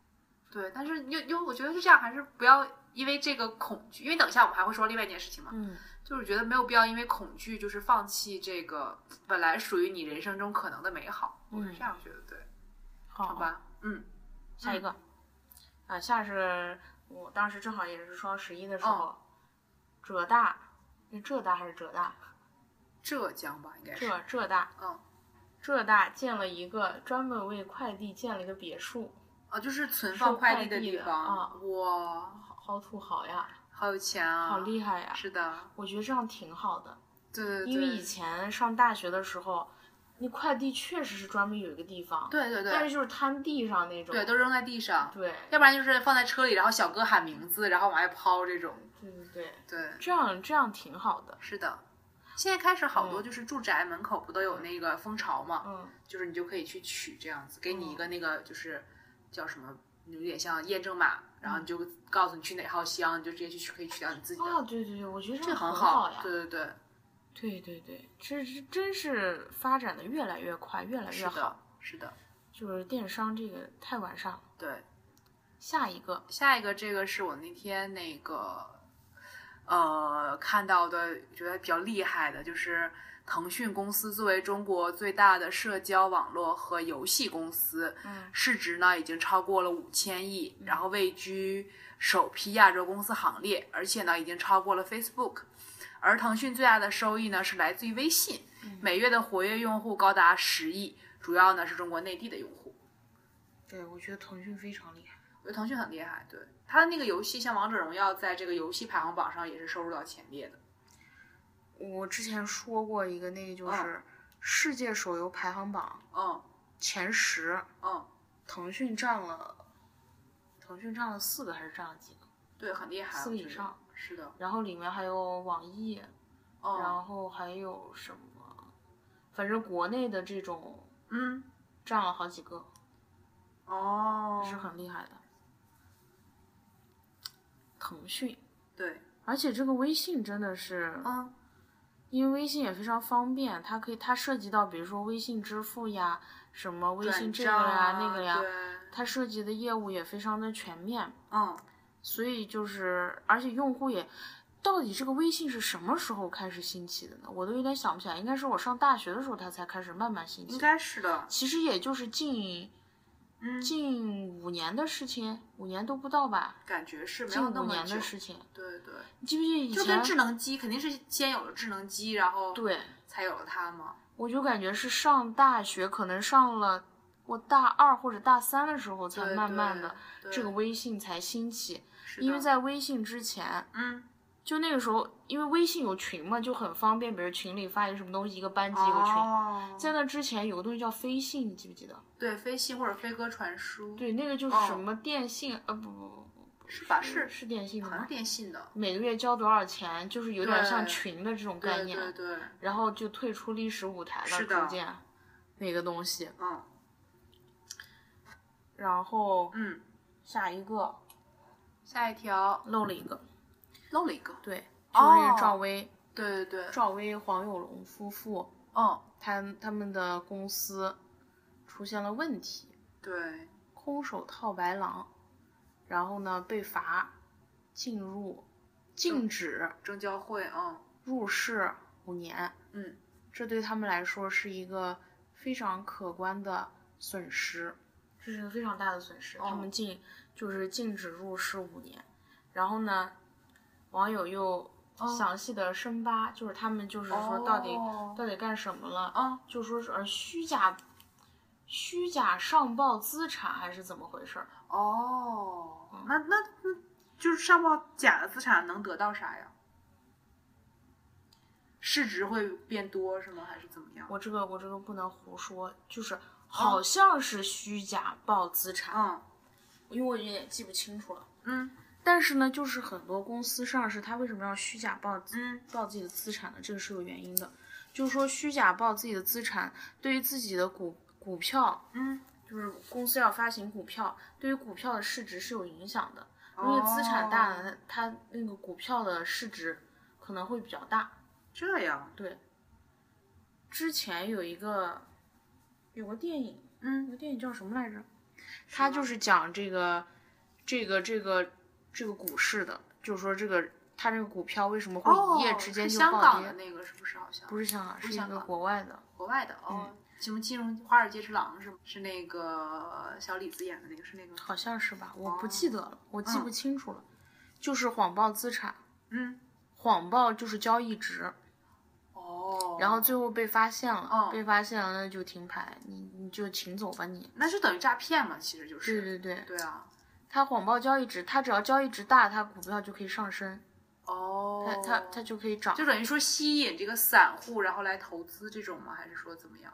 对，但是又又我觉得是这样，还是不要因为这个恐惧，因为等一下我们还会说另外一件事情嘛，
嗯，
就是觉得没有必要因为恐惧就是放弃这个本来属于你人生中可能的美好，我是
嗯
这样觉得，对，
好，
好吧，嗯，
下一个，啊，下是我当时正好也是双十一的时候，浙大，是浙大还是浙大？
浙江吧，应该是，
浙浙大，
嗯，
浙大建了一个专门为快递建了一个别墅，
啊，就是存
是
放
快
递的
递
地
的
方，
啊
哇，
好好土豪呀，
好有钱啊，
好厉害呀！
是的，
我觉得这样挺好的，
对对对，
因为以前上大学的时候，那快递确实是专门有一个地方，
对对
但
对
是就是摊地上那种，
对都扔在地上，
对
要不然就是放在车里，然后小哥喊名字，然后往外抛这种，
对对对，
对，
这样这样挺好的，
是的，现在开始好多
嗯
就是住宅门口不都有那个蜂巢嘛，
嗯，
就是你就可以去取这样子，给你一个那个就是叫什么，有点像验证码，然后你就告诉你去哪号箱，你就直接去取，可以取掉你自己的，
啊，对对对，我觉得这
这
样
很
很
好，
呀，
对对对，
对对对，这是真是发展的越来越快，越来
是
越好
的。，是的，
就是电商这个太完善了。
对。
下一个，
下一个这个是我那天那个呃看到的，觉得比较厉害的，就是腾讯公司作为中国最大的社交网络和游戏公司，
嗯
市值呢已经超过了五千亿，然后位居首批亚洲公司行列，而且呢已经超过了 Facebook。而腾讯最大的收益呢是来自于微信，每月的活跃用户高达十亿，主要呢是中国内地的用户。
对，我觉得腾讯非常厉害。
我觉得腾讯很厉害，对它的那个游戏，像王者荣耀，在这个游戏排行榜上也是收入到前列的。
我之前说过一个，那个就是世界手游排行榜
嗯
前十，
嗯，
腾讯占了，腾讯占了四个还是占了几个？
对，很厉害。
四个
我觉
以
得
上。
是的，
然后里面还有网易，
嗯
然后还有什么，反正国内的这种
嗯
占了好几个，
哦，
是很厉害的。腾讯，
对，
而且这个微信真的是，
嗯
因为微信也非常方便，它可以它涉及到比如说微信支付呀，什么微信这个
转
呀
账啊
那个呀，
对，
它涉及的业务也非常的全面，
嗯
所以就是而且用户也。到底这个微信是什么时候开始兴起的呢？我都有点想不起来，应该是我上大学的时候它才开始慢慢兴起
应。该是的，
其实也就是近
嗯，
近五年的事情，五年都不到吧，
感觉是没
近
有那
五
么
年
久
的。事情。
对对，
你记不记得以
就跟
前？
智能机肯定是先有了智能机，然后
对，
才有了它嘛。
我就感觉是上大学，可能上了我大二或者大三的时候，才
对
慢慢的
对
这个微信才兴起。
是的
因为在微信之前，
嗯
就那个时候，因为微信有群嘛，就很方便，比如群里发一个什么东西，一个班级有个群。
哦，
在那之前有个东西叫飞信，你记不记得？
对飞信或者飞鸽传书，
对，那个就是
哦
什么电信，呃，不不不不不，
是吧？
是
是
是电信的
好像
吗？
电信的
每个月交多少钱，就是有点像
对
群的这种概
对
念，
对对，
然后就退出历史舞台
是
了，
的
逐渐那个东西，
嗯
然后
嗯。
下一个
下一条
漏了一个，
漏了一个，
对，
哦
就是赵薇、
对对对，
赵薇、黄有龙夫妇，
嗯
他他们的公司出现了问题，
对，
空手套白狼，然后呢被罚进入禁止
征交会啊、
入室五年，
嗯，
这对他们来说是一个非常可观的损失，这是一个非常大的损失。
哦
他们禁就是禁止入室五年，然后呢，网友又
哦
详细的深扒，就是他们就是说到底、
哦
到底干什么了，
啊、
就说是呃虚假虚假上报资产还是怎么回事儿？
哦，
嗯
那那那就是上报假的资产能得到啥呀？市值会变多是吗？还是怎么样？
我这个我这个不能胡说，
哦
就是好像是虚假报资产，
嗯
因为我有点记不清楚了。
嗯
但是呢，就是很多公司上市，它为什么要虚假报资
嗯
报自己的资产呢？这个是有原因的，就是说虚假报自己的资产，对于自己的股股票，
嗯，
就是公司要发行股票，对于股票的市值是有影响的。因为资产大
哦，
了，它它那个股票的市值可能会比较大。
这样，
对，之前有一个有个电影，有
嗯，
个电影叫什么来着？它就是讲这个这个这个这个股市的，就是说这个它这个股票为什么会一夜之间
哦是
就
香
暴
港
跌？
的那个是不是好像
不是香港，
不
是
是
一
香
个
港
国外的。
国外的
嗯
哦？什么金融华尔街之狼是吗？是那个小李子演的那个是那个
好像是吧，我不
哦
记得了，我记
嗯
不清楚了。就是谎报资产，
嗯
谎报就是交易值，
哦，
然后最后被发现了，
哦
被发现了那就停牌，你你就请走吧你。
那就等于诈骗嘛，其实就
对
是
对对，
对啊
他谎报交易值，他只要交易值大，他股票就可以上升，
哦，
他他他就可以涨
就，等于说吸引这个散户，然后来投资这种吗？还是说怎么样？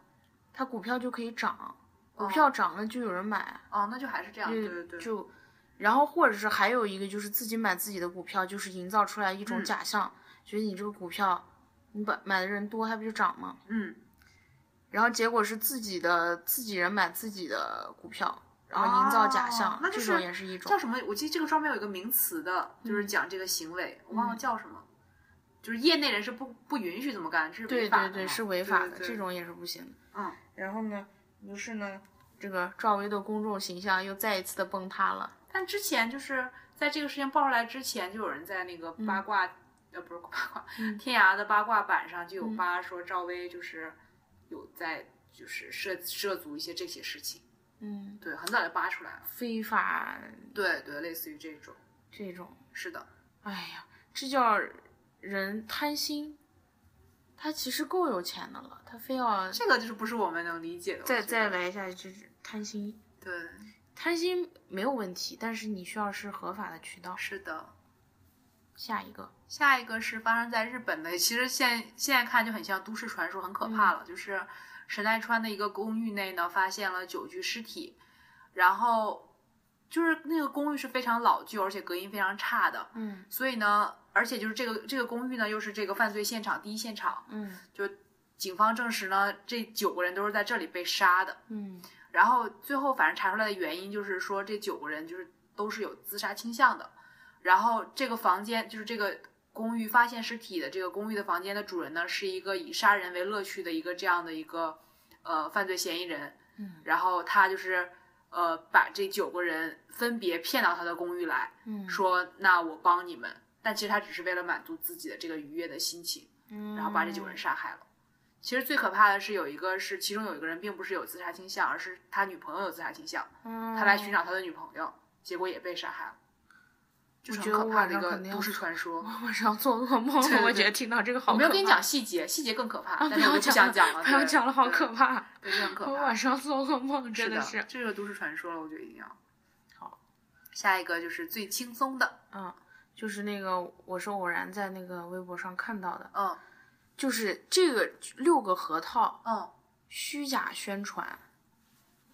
他股票就可以涨，
哦
股票涨了就有人买，
哦，那就还是这样，对对
嗯
对，
就，然后或者是还有一个就是自己买自己的股票，就是营造出来一种
嗯
假象，觉得你这个股票你把买的人多，它不就涨吗？
嗯，
然后结果是自己的自己人买自己的股票，然后营造假象，
哦那就
这种
是
也是一种
叫。什么？我记得这个专门有一个名词的，
嗯
就是讲这个行为，我忘了叫什么。就是业内人士不不允许这么干，这是
对
违法的
对对，
嘛
是违法的，
对对
这种也是不行的。
嗯，
然后呢，于是呢，这个赵薇的公众形象又再一次的崩塌了。
但之前就是在这个事情爆出来之前，就有人在那个八卦，呃，不是八卦，
嗯
天涯的八卦版上就有
嗯
扒说赵薇就是有在就是涉涉足一些这些事情，
嗯，
对，很早就扒出来了，
非法
对对，类似于这种，
这种，
是的，
哎呀，这叫人贪心。他其实够有钱的了，他非要
这个就是不是我们能理解的，我
再
觉
再
得
来下去，就是贪心。
对，
贪心没有问题，但是你需要是合法的渠道。
是的。
下一个，
下一个是发生在日本的，其实现现在看就很像都市传说，很可怕了。就是神奈川的一个公寓内呢，发现了九具尸体，然后就是那个公寓是非常老旧，而且隔音非常差的，
嗯
所以呢，而且就是这个这个公寓呢，又是这个犯罪现场第一现场，
嗯
警方证实呢，这九个人都是在这里被杀的。
嗯
然后最后反正查出来的原因就是说这九个人就是都是有自杀倾向的。然后这个房间就是这个公寓发现尸体的这个公寓的房间的主人呢，是一个以杀人为乐趣的一个这样的一个呃犯罪嫌疑人。
嗯
然后他就是呃把这九个人分别骗到他的公寓来，
嗯，
说那我帮你们，但其实他只是为了满足自己的这个愉悦的心情。
嗯
然后把这九个人杀害了。其实最可怕的是有一个是，其中有一个人并不是有自杀倾向，而是他女朋友有自杀倾向，
嗯，
他来寻找他的女朋友，结果也被杀害了，就
我觉
是很
得
可
我
怕
晚
的
上
一个
肯定要
都市传说。
晚上做噩梦
对
了，
对
我
对
觉得听到这个好
我
可怕。啊
没有跟你讲细节，细节更可怕，但
不
是我
要
就不
讲
想
了
讲了，
不要
对
讲了，好
对
可怕！
对，这很可
我
怕
晚。上做噩梦，真
的，
是。
这个都市传说了，我觉得一定要。
好，
下一个就是最轻松的，
嗯，就是那个我是偶然在那个微博上看到的，
嗯
就是这个六个核桃
嗯
虚假宣传，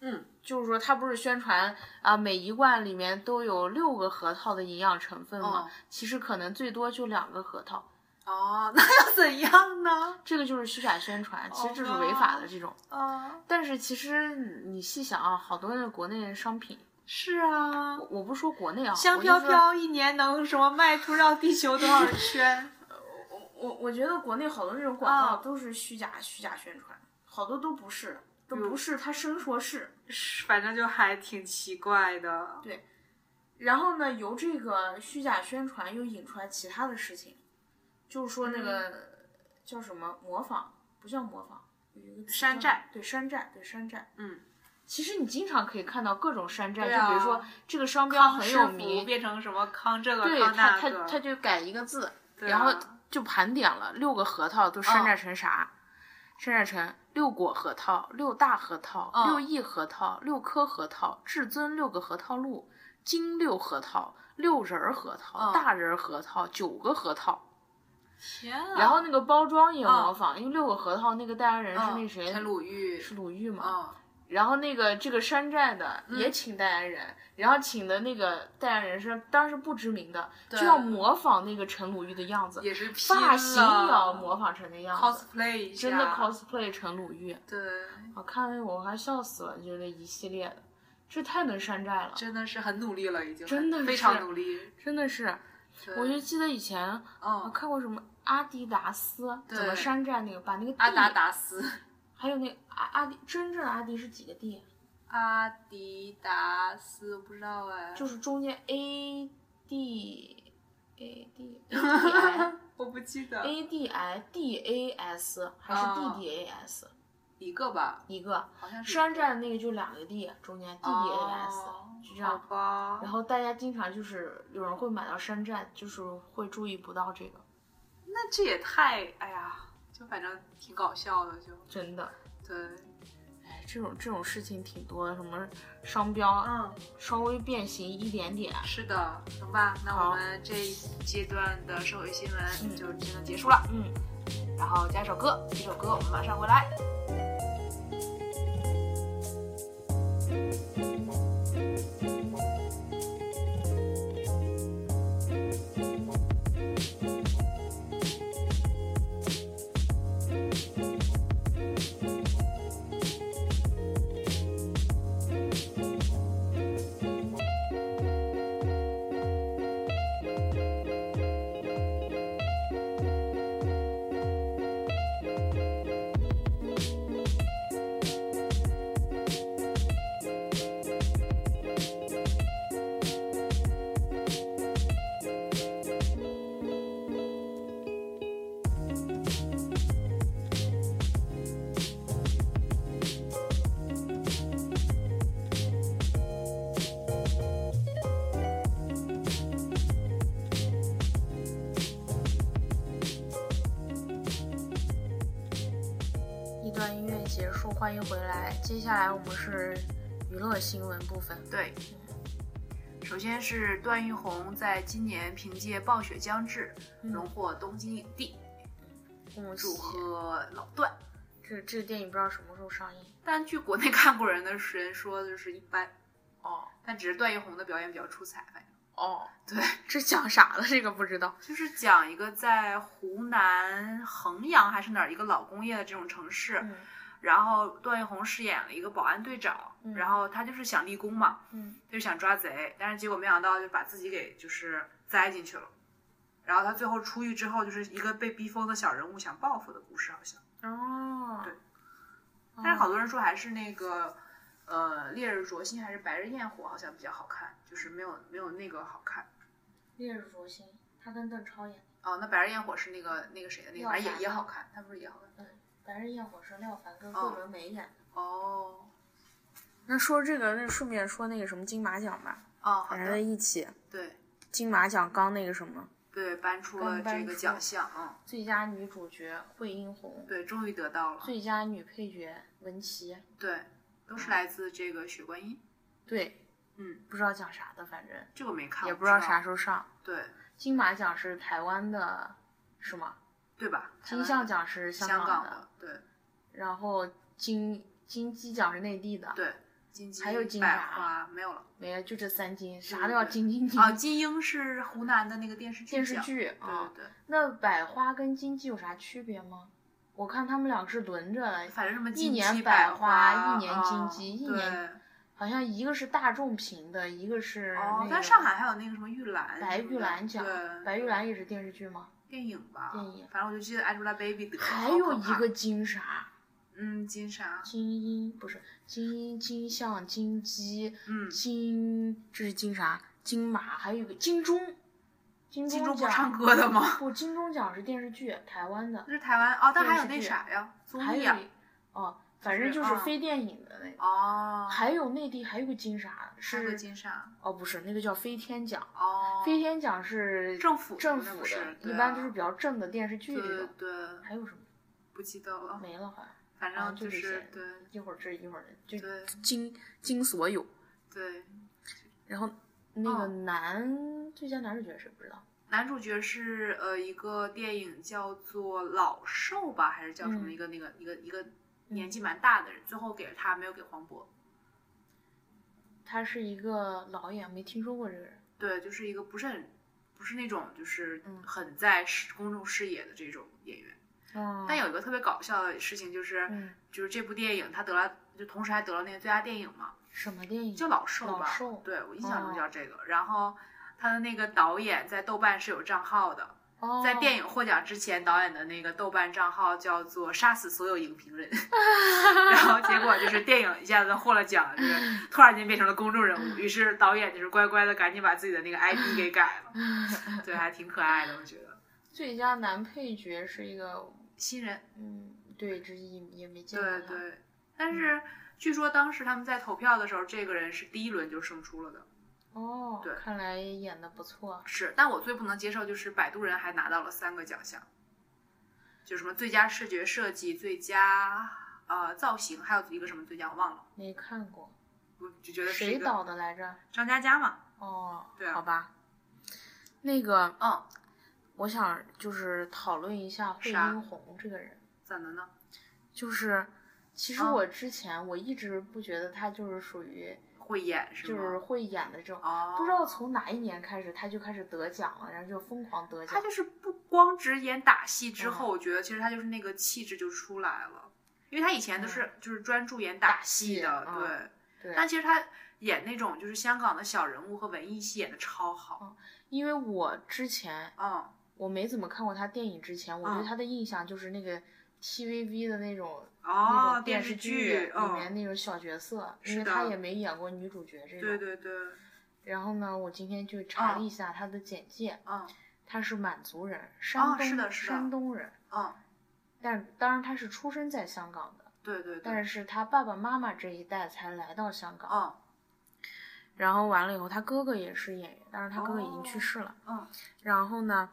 嗯，
就是说它不是宣传啊、每一罐里面都有六个核桃的营养成分吗？
哦
其实可能最多就两个核桃，
哦，那又怎样呢？
这个就是虚假宣传，其实这是
哦
违法的这种。
啊，
但是其实你你细想啊，好多的国内的商品，
是啊，
我我不说国内啊，
香
我就
飘
说
飘一年能什么卖出绕地球多少圈？
哦我我觉得国内好多这种广告都是虚假、虚假宣传，好多都不是。都不是，他生说是。
是反正就还挺奇怪的。
然后呢，由这个虚假宣传又引出来其他的事情，就是说那个、叫什么模仿，不叫模仿，有一个词
山
叫
寨，
对山寨，对山寨。
嗯，
其实你经常可以看到各种山寨，
对啊
就比如说这个商标
康
很
师
有
傅
名，
变成什么康这个
对
康
他
那
他他
个，
就改一个字，
对
然
啊
后就盘点了六个核桃都
嗯
山寨成啥，山寨成六果核桃、六大核桃、
嗯
六亿核桃、六颗核桃、至尊六个核桃露、金六核桃、六仁儿核桃、
嗯
大仁儿核桃、九个核桃。
天啊！
然后那个包装也模
嗯
仿，因为六个核桃那个代言人是那
嗯
谁，
陈鲁豫，
是鲁豫嘛。
嗯，
然后那个这个山寨的
嗯
也请代言人，然后请的那个代言人是当然是不知名的，
对
就要模仿那个陈鲁豫的样子，
也是拼
发型也要
了
模仿成那样子，
cosplay 一下，
真的 cosplay 陈鲁豫，
对，
我看那个我还笑死了，就是那一系列的，这太能山寨了，
真的是很努力了，已经
真的
很非
是
常努力。
真的是，
对
我就记得以前我
嗯，
看过什么阿迪达斯
对
怎么山寨那个，把那个 D
阿达达斯，
还有那个阿阿迪真正的阿迪是几个 D？
阿迪达斯，我不知道哎，
就是中间 A D A D A D I。
我不记得
A D I D A S 还是
啊
D D A S？、
一个吧，
一个
好像是
山寨的那个就两个 D，中间 D D A S、
哦
是这样
好。吧
然后大家经常就是有人会买到山寨，就是会注意不到这个，
那这也太，哎呀，就反正挺搞笑的，就
真的。
对，
哎，这种这种事情挺多的，什么商标、
嗯，
稍微变形一点点，
是的，行吧，那
好
我们这一阶段的社会新
嗯
闻就真的结束了，
嗯，
然后加一首歌，一首歌，我们马上回来。
一段音乐结束，欢迎回来。接下来我们是娱乐新闻部分，
对，首先是段奕宏在今年凭借《暴雪将至》荣
嗯，
获东京影帝，
我们
祝贺老段。
这这电影不知道什么时候上映
但据国内看过人的人说，就是一般，
哦
但只是段奕宏的表演比较出彩，反正
哦，
对，
这讲啥了？这个不知道。
就是讲一个在湖南衡阳还是哪儿一个老工业的这种城市，
嗯
然后段奕宏饰演了一个保安队长，
嗯
然后他就是想立功嘛，
嗯
就是想抓贼，但是结果没想到就把自己给就是栽进去了。然后他最后出狱之后，就是一个被逼疯的小人物想报复的故事，好像。
哦，
对
哦，
但是好多人说还是那个，呃，《烈日灼心》还是《白日焰火》好像比较好看，就是没有没有那个好看。
烈日灼心，他跟邓超演的，
哦，那《白日焰火》是那个那个谁的那个，
廖
反正
凡
也也好看，他不是也好看？
白日焰火是廖凡跟
哦
桂纶镁演的。
哦，
那说这个，那顺便说那个什么金马奖吧，
哦，好
反正在
的，
一起，
对
金马奖刚那个什么
对，搬出了
刚搬
这个
出
奖项，嗯，
最佳女主角惠英红，
对，终于得到了，
最佳女配角文琪，
对，都是来自这个《血观音》，
对，
嗯，
不知道讲啥的，反正
这个没看，
也
我
不知道啥时候上。
对
金马奖是台湾的，是吗？
对吧？台
金
湾
像奖是香
香
港的，
的，对
然后金金鸡奖是内地的，
对，金鸡
还有金
百
啥
花没有了，
没有，就这三金，
对
啥都要
对
金金金。
哦，金鹰是湖南的那个电视剧
电视
奖，
剧
对
啊、
对对。
那百花跟金鸡有啥区别吗？我看他们俩是轮着的，
反正什么
一
金
年
鸡
百
百
花一
花
年金
啊
鸡一
对
年好像一个是大众评的，一个是那
哦，
个
但上海还有那个什么玉兰，
白玉兰奖
对，，
白玉兰也是电视剧吗？
电影吧，
电影
反正我就记得 Angelababy 得了，
还
好
有
可
一
怕
个金啥？
嗯，金啥？
金鹰不是金鹰、金象、金鸡、
嗯，
金这是金啥？金马，还有一个金钟。金
金
钟
钟不
奖
唱歌的吗？
不，金钟奖是电视剧，台湾的，
那是台湾哦，但还有
电
那
视剧
啥呀，综
还有
艺啊。
一哦，反正
是
就是
嗯
非电影的那个。
哦，
还有内地还有个金啥
还有个
是
金啥？
哦，不是那个叫飞天奖，
哦，
飞天奖是
政府的
政
那
府
不是
一
对
般
啊
都是比较正的电视剧这
对
种。
对，
还有什么
不记得了，
没了？好像
反
啊
正
就这
是
些嗯
对
一会儿这一会儿那，就
对
金金所有。
对，
然后那个
哦
男最佳男主角谁不知道？
男主角是呃一个电影叫做《老兽》吧，还是叫什么
嗯
一个那个一个一个年纪蛮大的人，最后给了他没有给黄渤。
他是一个老演，没听说过这个人。
对，就是一个不是很不是那种就是
嗯
很在视公众视野的这种演员。
哦
但有一个特别搞笑的事情就是，
嗯，
就是这部电影他得了，就同时还得了那个最佳电影嘛，
什么电影？
叫老兽
老
吧？
兽
对我印象中
哦
叫这个。然后他的那个导演在豆瓣是有账号的，
哦
在电影获奖之前，导演的那个豆瓣账号叫做“杀死所有影评 人”，然后结果就是电影一下子获了奖，就是突然间变成了公众人物，于是导演就是乖乖的赶紧把自己的那个 ID 给改了， 对，还挺可爱的，我觉得。
最佳男配角是一个，
新人，
嗯，对，这也也没见
对
过他。
对，但
嗯
是据说当时他们在投票的时候，这个人是第一轮就胜出了的。
哦，
对
看来演的不错。
是，但我最不能接受就是摆渡人还拿到了三个奖项，就什么最佳视觉设计、最佳呃造型，还有一个什么最佳我忘了，
没看过，
我就觉得是一
谁
个
导的来着？
张嘉佳嘛，
哦，
对啊
好吧。那个，
嗯，
我想就是讨论一下惠
啥
英红这个人，
怎么呢？
就是其实
嗯
我之前我一直不觉得他就是属于
会演是
就
吗？
是会演的这种，
哦，
不知道从哪一年开始他就开始得奖了，然后就疯狂得
他
奖。
就是不光只演打戏之
嗯
后，我觉得其实他就是那个气质就出来了，因为他以前都是、就是专注演打
嗯打戏
的，
嗯
对，
对，
但其实他演那种就是香港的小人物和文艺戏演的超好，
因为我之前
嗯，
我没怎么看过他电影，之前我对
嗯
他的印象就是那个 TVB 的那种那
哦
种，
电
视
剧
里面
嗯，
那种小角色，
是
因为
的
他也没演过女主角这种。
对对对，
然后呢，我今天就查了
嗯
一下他的简介，
嗯
他是满族人，山东、
啊是的是的
山东人，
嗯，
但当然他是出生在香港的，
对对对，
但是他爸爸妈妈这一代才来到香港。
嗯
然后完了以后，他哥哥也是演员，但是他哥哥已经去世了。
嗯
然后呢，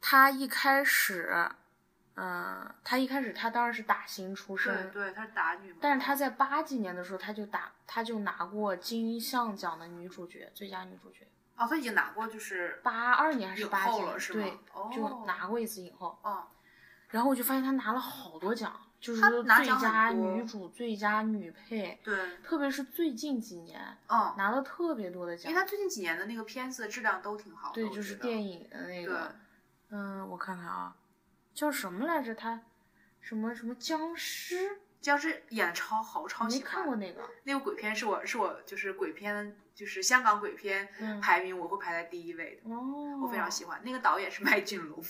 他一开始，嗯、他一开始他当然是打星出身，
对对，她是打女嘛，
但是她在八几年的时候，她就打，她就拿过金像奖的女主角，最佳女主角。
哦，她已经拿过就是
八二年还是
影
八几
后了
年？
是
对
吗，？哦，
就拿过一次影后。
哦
然后我就发现她拿了好多奖，就是
她
说
拿
最
奖很
佳
多
女主、最佳女配，
对，
特别是最近几年
嗯，
拿了特别多的
因
奖
为。她最近几年的那个片子质量都挺好的，
对，
我
就是
觉得
电影的那
对
个，嗯，我看看啊，叫什么来着？她什么什么僵尸？
僵尸演的超好，
我
超
没
喜
看过
欢
那个。
那个鬼片是我是我就是鬼片就是香港鬼片
嗯
排名我会排在第一位的，
哦，
我非常喜欢那个导演是麦浚龙，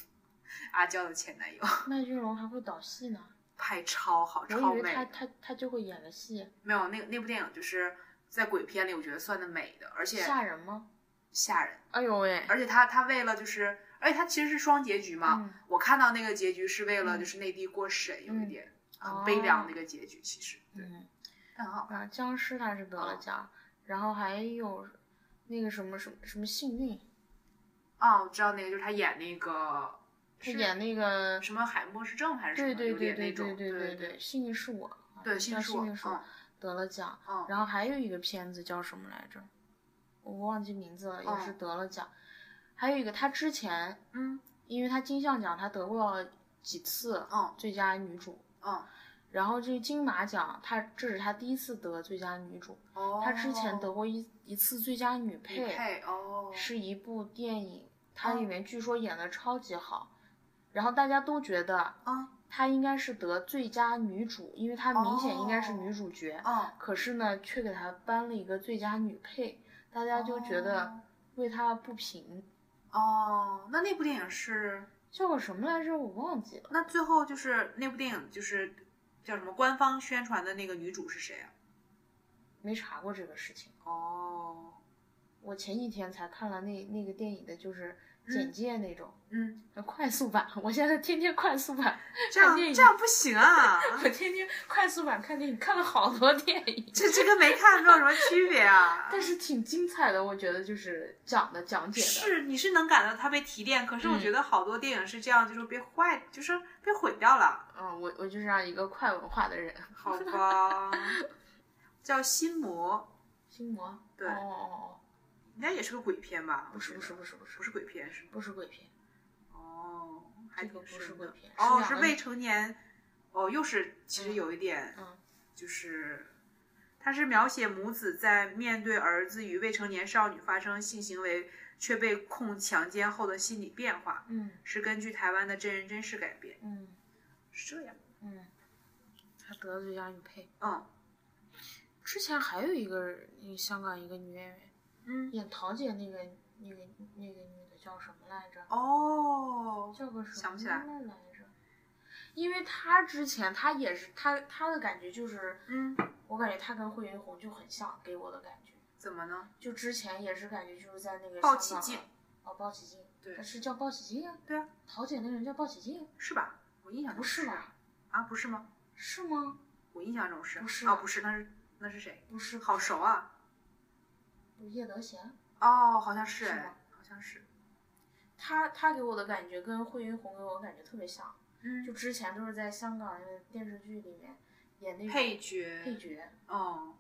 阿娇的前男友，
麦浚龙还会导戏呢。
拍超好，
我
超
以
美
为他
的。
他他就会演个戏，
没有，那那部电影就是在鬼片里，我觉得算的美的，而且
吓人吗？
吓人，
哎呦喂！
而且他他为了就是，而且他其实是双结局嘛。
嗯
我看到那个结局是为了
嗯
就是内地过审，有一
嗯
点很悲凉
哦
的一个结局，其实对，
嗯，
但很好看。
啊，僵尸他是得
哦
了奖，然后还有那个什么什么什么幸运，
哦，我知道那个就是他演那个
他
是
演那个，
什么海默是症还是什
对
么，
对
有
对
点
对
那
对
种
对
对
对，幸运是我，啊
对，
叫
幸
幸运是我
嗯
得了奖，
嗯，
然后还有一个片子叫什么来着？我忘记名字了，也是
嗯
得了奖。还有一个他之前，
嗯
因为他金像奖他得过几次
嗯
最佳女主，
嗯，
然后这个金马奖，她这是她第一次得最佳女主，
哦，
她之前得过一一次最佳女
匹
配，
配哦，
是一部电影，它
哦
里面据说演的超级好，然后大家都觉得
嗯
她应该是得最佳女主，因为她明显应该是女主角，
嗯，
可是呢却给她颁了一个最佳女配，大家就觉得为她不平，
哦，那那部电影是
叫个什么来着我忘记了，
那最后就是那部电影就是叫什么官方宣传的那个女主是谁啊？
没查过这个事情。
哦，
我前几天才看了那那个电影的，就是简介那种、
嗯，
呃快速版。我现在天天快速版，
这样
看电影
这样不 行啊，
我天天快速版看电影，看了好多电影，
这这跟没看没有什么区别啊。
但是挺精彩的，我觉得就是讲的讲解的。
是，你是能感到它被提炼，可是我
嗯
觉得好多电影是这样，就是被坏，就是被毁掉了。
嗯，我我就是这样一个快文化的人。
好 吧，叫心魔，
心魔。
对
哦哦
应该也是个鬼片吧
哦，？不是不是不是不是
不是鬼片是吗？
不是鬼片，
哦，还挺
这个不是
深
鬼
的
片
哦，
是两
是
个
未成年，哦，又是其实
嗯
有一点，
嗯
就是它是描写母子在面对儿子与未成年少女发生性行为却被控强奸后的心理变化，
嗯
是根据台湾的真人真事改编，
嗯
是这样。
嗯，他得了最佳女配。
嗯
之前还有一个那香港一个女演员
嗯，
演桃姐那个那个那个女的叫什么来着？
哦，
叫个什么
想不起来
来着？因为她之前她也是她她的感觉就是，
嗯，
我感觉她跟惠云红就很像，给我的感觉。
怎么呢？
就之前也是感觉就是在那个
鲍
香港
起静，
哦，鲍起静，
对
是叫鲍起静啊？
对啊，
桃姐那个人叫鲍起静，
是吧？我印象
不
中
是吧？
啊，不是吗？
是吗？
我印象中是
不是
啊，
啊
不是，那是那是谁？
不是，
好熟啊！
不是叶德娴，啊
哦，好像是
是
哎
吗，
好像是。
她她给我的感觉跟惠云红给我的感觉特别像，就
嗯，
之前都是在香港那个电视剧里面演那种
配角。
配角，
哦，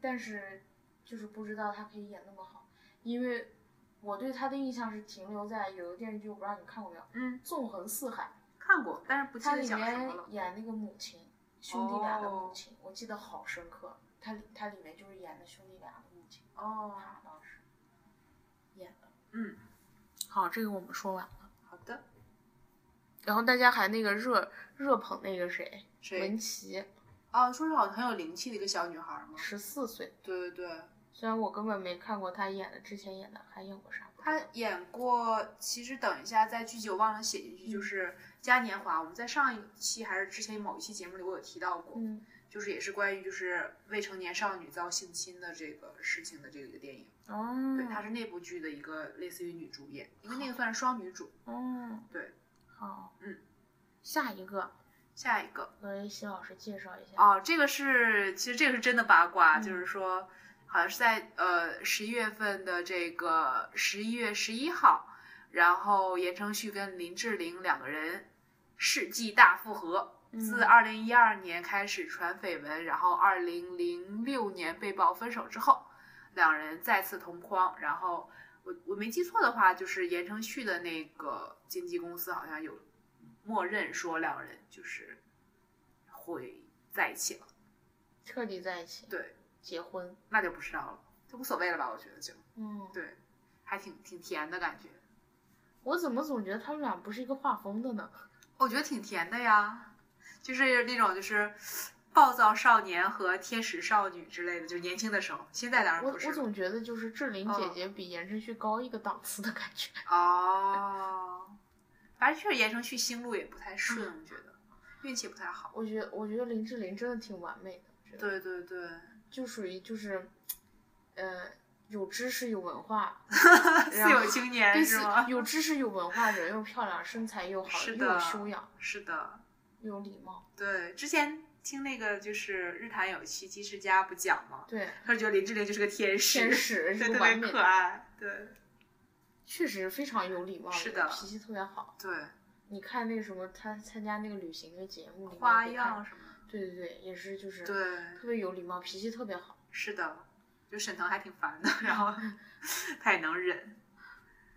但是就是不知道他可以演那么好，因为我对他的印象是停留在有个电视剧，我不知道你看过没有，《
嗯，
纵横四海
看过，但是不》，记
他
得
里
讲什么
面
了。
演那个母亲，兄弟俩的母亲，我记得好深刻。他里他里面就是演的兄弟俩的母亲，
哦，
他当时演的。
嗯，
好，这个我们说完了。
好的。
然后大家还那个热热捧那个谁，文
谁？
琪，
哦，说是好像很有灵气的一个小女孩吗？
十四岁。
对对对，
虽然我根本没看过他演的，之前演的还演过啥？
她演过。其实等一下，在剧集我忘了写进去，就是《嘉年华》，我们在上一期还是之前某一期节目里我有提到过，
嗯，
就是也是关于就是未成年少女遭性侵的这个事情的这个电影。
哦，
对，她是那部剧的一个类似于女主演，因为那个算是双女主。
哦，
对，
好，
嗯，
下一个
下一个
为徐老师介绍一下，
哦，这个是其实这个是真的八卦，
嗯
就是说好像是在呃十一月份的这个十一月十一号，然后言承旭跟林志玲两个人世纪大复合。自
嗯
二零一二年开始传绯闻，然后二零零六年被曝分手之后，两人再次同框。然后我我没记错的话，就是言承旭的那个经纪公司好像有默认说两人就是会在一起了。
彻底在一起，
对，
结婚，
那就不知道了，就无所谓了吧？我觉得就
嗯，
对，还挺挺甜的感觉，
我怎么总觉得他们俩不是一个画风的呢？
我觉得挺甜的呀，就是那种就是。暴躁少年和天使少女之类的，就是年轻的时候，现在当然
我
不是。
我总觉得就是志玲姐
嗯
姐比言承旭高一个档次的感觉，
哦，嗯反正确实言承旭心路也不太顺，我觉得运气不太好。
我觉得我觉得林志玲真的挺完美的，我觉得
对对 对，
就属于就是，呃，有知识有文 化，
四有青年
对
是
是
吗？
有知识有文化，人又漂亮，身材又好，
是
又有
的
修养，
是的，
又有礼貌，
对。之前听那个就是日坛有期《金世佳》不讲吗？
对，
他就觉得林志玲就是个天使，
天使
对，
是
特
个完美
别
的
可爱，对
确实非常有礼貌，
是的
脾气特别好。
对，
你看那个什么，他参加那个旅行的节目里面，
花
你看
样，什么的，
对对对，也是就是
对，
特别有礼貌，脾气特别好。
是的。就沈腾还挺烦的，然 后他也能忍，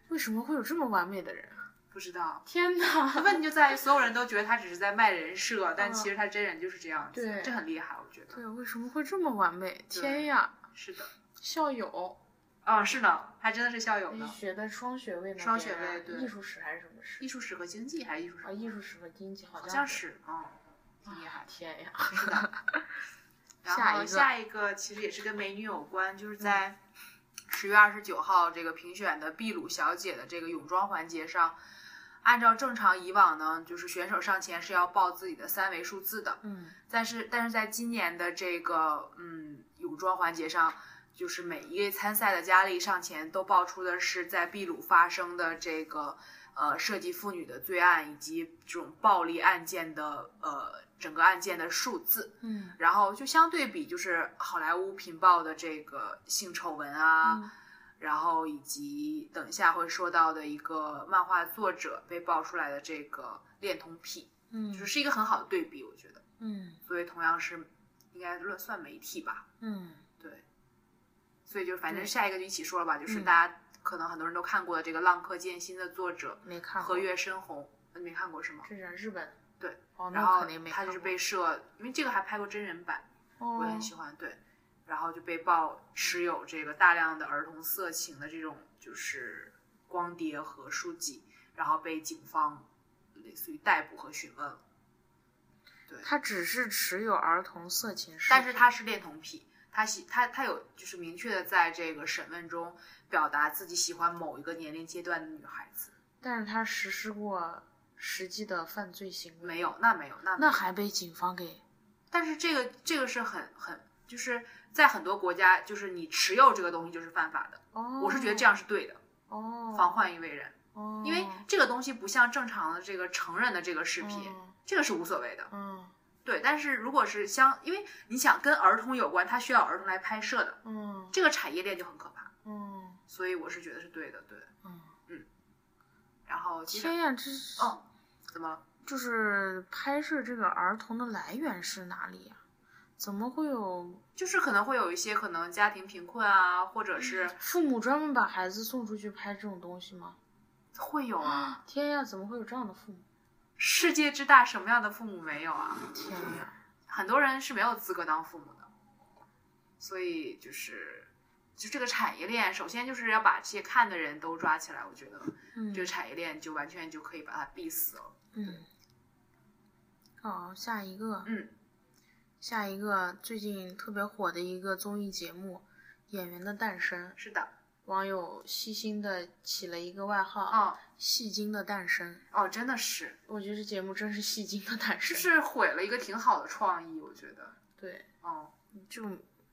为什么会有这么完美的人？啊
不知道。
天哪！
问题就在于所有人都觉得他只是在卖人设，但
嗯
其实他真人就是这样子，
对
这很厉害，我觉得。
对，啊为什么会这么完美？天呀！
是的，
校友，
啊，是呢，还真的是校友呢。
学的双学位吗？
双学
别人
位对
艺术史还是什么史
艺？术史和经济还是艺术史？
啊，艺术史和经济好
好像
是。
是啊，挺厉害。
天呀！
是的。然
下一个
后
嗯
下一个其实也是跟美女有关，就是在十月二十九号这个评选的《秘鲁小姐》的这个泳装环节上，按照正常以往呢，就是选手上前是要报自己的三维数字的，
嗯
但是但是在今年的这个嗯泳装环节上，就是每一位参赛的佳丽上前都爆出的是在秘鲁发生的这个呃涉及妇女的罪案以及这种暴力案件的呃整个案件的数字，
嗯
然后就相对比就是好莱坞频报的这个性丑闻啊。
嗯
然后以及等一下会说到的一个漫画作者被爆出来的这个恋童癖，
嗯
就是是一个很好的对比，我觉得。
嗯
所以同样是应该论算媒体吧，
嗯
对。所以就反正
对
下一个就一起说了吧，就是
嗯
大家可能很多人都看过的这个《浪客剑心》的作者
没看过
和，月伸宏，呃没看过是吗？
这是日本
对，
哦，
然
那
后
肯定没
他
看
就是
过
被设，因为这个还拍过真人版，我也
哦
很喜欢，对。然后就被曝持有这个大量的儿童色情的这种就是光碟和书籍，然后被警方类似于逮捕和询问了。
他只是持有儿童色情视频，
但是他是恋童癖，他喜他他有就是明确的在这个审问中表达自己喜欢某一个年龄阶段的女孩子，
但是他实施过实际的犯罪行为，
没有，那没有，那没有
那还被警方给
但是这个这个是很很就是在很多国家，就是你持有这个东西就是犯法的，
哦，
我是觉得这样是对的，
哦，
防患于未然，
哦，
因为这个东西不像正常的这个成人的这个视频，
嗯
这个是无所谓的，
嗯
对，但是如果是相，因为你想跟儿童有关，它需要儿童来拍摄的，
嗯
这个产业链就很可怕，
嗯
所以我是觉得是对的，对。
嗯，
然后接着
天呀，这
哦怎么了？
就是拍摄这个儿童的来源是哪里呀、怎么会有
就是可能会有一些可能家庭贫困啊，或者是
父母专门把孩子送出去拍这种东西吗？
会有啊。
天呀，怎么会有这样的父母？
世界之大，什么样的父母没有啊？
天呀，
很多人是没有资格当父母的，所以就是就这个产业链，首先就是要把这些看的人都抓起来。我觉得
嗯，
这个产业链就完全就可以把它闭死了。
嗯，哦，下一个，
嗯，
下一个最近特别火的一个综艺节目《演员的诞生》，
是的，
网友细心的起了一个外号，
哦
戏精的诞生”。
哦，真的是，
我觉得这节目真是戏精的诞
就
生，
是毁了一个挺好的创意，我觉得。
对，
哦，
就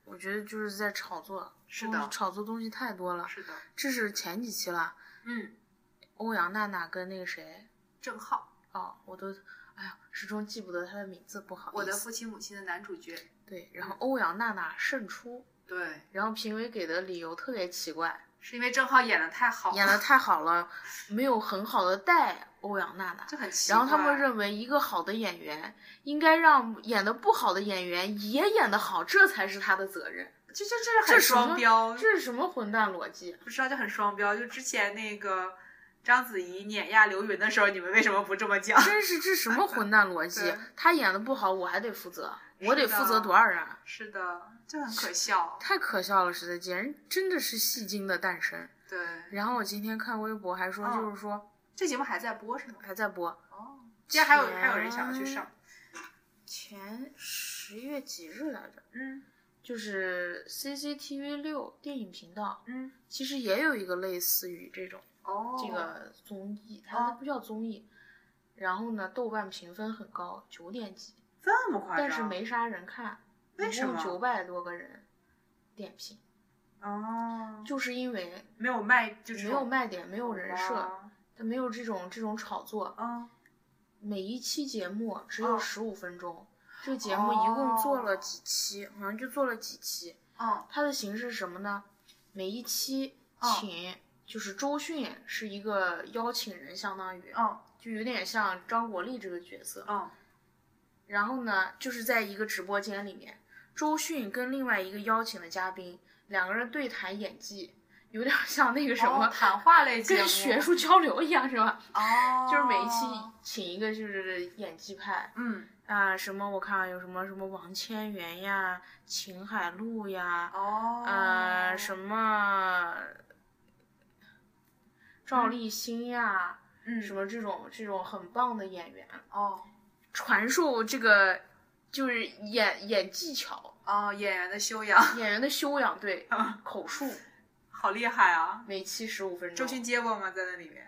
我觉得就是在炒作，
是
东西
的，
炒作东西太多了。
是的，
这是前几期了，
嗯，
欧阳娜娜跟那个谁，
郑浩，
哦，我都，哎呀，始终记不得她的名字，不好意思。
我的父亲母亲的男主角，
对，然后欧阳娜娜胜出，
对，
然后评委给的理由特别奇怪，
是因为郑浩演的太好了，
演的太好了，没有很好的带欧阳娜娜。
就很奇怪。
然后他们认为，一个好的演员应该让演的不好的演员也演得好，这才是他的责任。
就就这是
这
很
是什么
双标，
这是什么混蛋逻辑？
不知道就很双标。就之前那个章子怡碾压刘芸的时候，你们为什么不这么讲？
真是这什么混蛋逻辑
对？
他演的不好，我还得负责，我
是
得
的
负责多少人啊？
是的，就很可笑。
太可笑了，实在简直真的是戏精的诞生。
对，
然后我今天看微博还说，
哦
就是说
这节目还在播是吗？
还在播，
哦，竟然还有还有人想要去上。
前十月几日来着，
嗯
就是 CCTV 六电影频道，
嗯，
其实也有一个类似于这种
哦，
这个综艺，它
哦
不叫综艺。然后呢，豆瓣评分很高，九点几，
这么夸张？
但是没啥人看，
为什么
九百多个人点评，
哦，
就是因为
没有卖，就是
没有卖点，没有人设，
哦。
它没有这种这种炒作。
嗯，
每一期节目只有
哦
十五分钟，这个节目一共做了几期，好像就做了几期。
嗯
它的形式是什么呢？每一期
哦
请、就是周迅是一个邀请人，相当于、
嗯
就有点像张国立这个角色。
嗯，
然后呢，就是在一个直播间里面，周迅跟另外一个邀请的嘉宾两个人对谈演技，有点像那个什么、
哦谈话类节目
跟学术交流一样，是吧？
哦，
就是每一期请一个就是演技派
嗯
啊，什么我看有什么什么王千源呀、秦海璐呀，
哦
呃，什么赵立新呀，
嗯
什么这种这种很棒的演员，
哦
传授这个就是演演技巧、
哦演员的修养
演员的修养，对，口述，
好厉害啊！
每期十五分
周
钟。
迅接过吗？在那里面？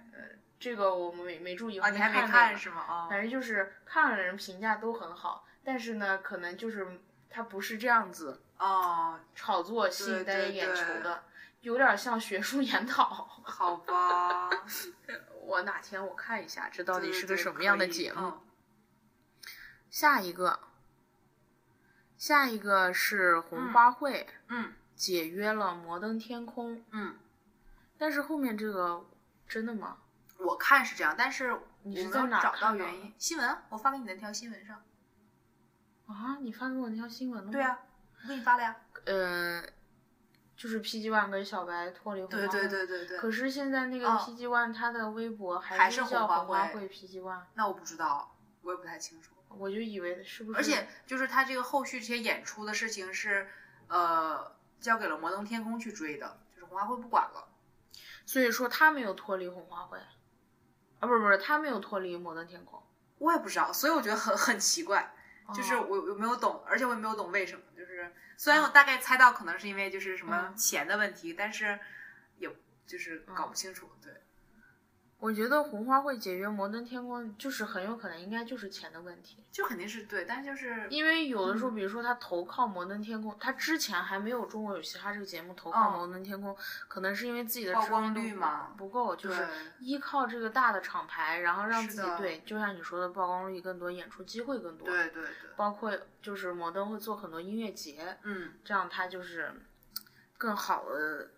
这个我们没没注意，
啊，你还没
看那
看
个
是吗？啊、
反正就是看了人评价都很好，但是呢，可能就是它不是这样子
哦，
炒作吸引大家
对对
眼球
对
的，有点像学术研讨。
好吧，
我哪天我看一下，这 到
到
底是个什么样的节目？
嗯、
下一个，下一个是红花会，
嗯，
解约了摩登天空，
嗯，
但是后面这个真的吗？
我看是这样，但是
你是
我没
在
有
哪儿
找
看
到
到
原因。新闻啊，我发给你的那条新闻上。
啊，你发给我那条新闻了吗？
对，啊，我给你发了呀。
嗯、就是 PG One 跟小白脱离红花会。
对对对对对。
可是现在那个
嗯
PG One 它的微博
还
是
是
叫
红花
红花
会
会 PG One，
那我不知道，我也不太清楚。
我就以为是不是？
而且就是他这个后续这些演出的事情是，呃，交给了摩登天空去追的，就是红花会不管了。
所以说他没有脱离红花会，啊，不是不是，他没有脱离摩登天空，
我也不知道，所以我觉得很很奇怪，就是
哦
我我没有懂，而且我也没有懂为什么。就是虽然我大概猜到可能是因为就是什么
嗯
钱的问题，但是也就是搞不清楚。对，
我觉得红花会解约摩登天空，就是很有可能应该就是钱的问题，
就肯定是对，但就是
因为有的时
嗯
候，比如说他投靠摩登天空，他之前还没有《中国有嘻哈》这个节目投靠
嗯
摩登天空，可能是因为自己的
曝
知名
光
度
率嘛
不够，就
对
是依靠这个大的厂牌，然后让
是
自己
的
对，就像你说的曝光率更多，演出机会更多，
对对对，
包括就是摩登会做很多音乐节，
嗯，
这样他就是更好的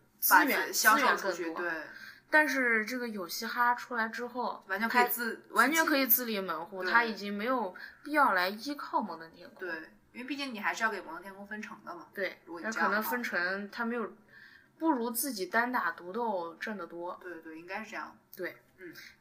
资
把
源
销
资
售
源
出去，
更多。
对，
但是这个有嘻哈出来之后，
完全可以
他
自
完全
自己
可以自立门户，
对
他已经没有必要来依靠摩登天空。
对，因为毕竟你还是要给摩登天空分成的嘛。
对
如果，你
那
这
可
样的
能
话
分成他没有，不如自己单打独斗挣得多。
对对，应该是这样，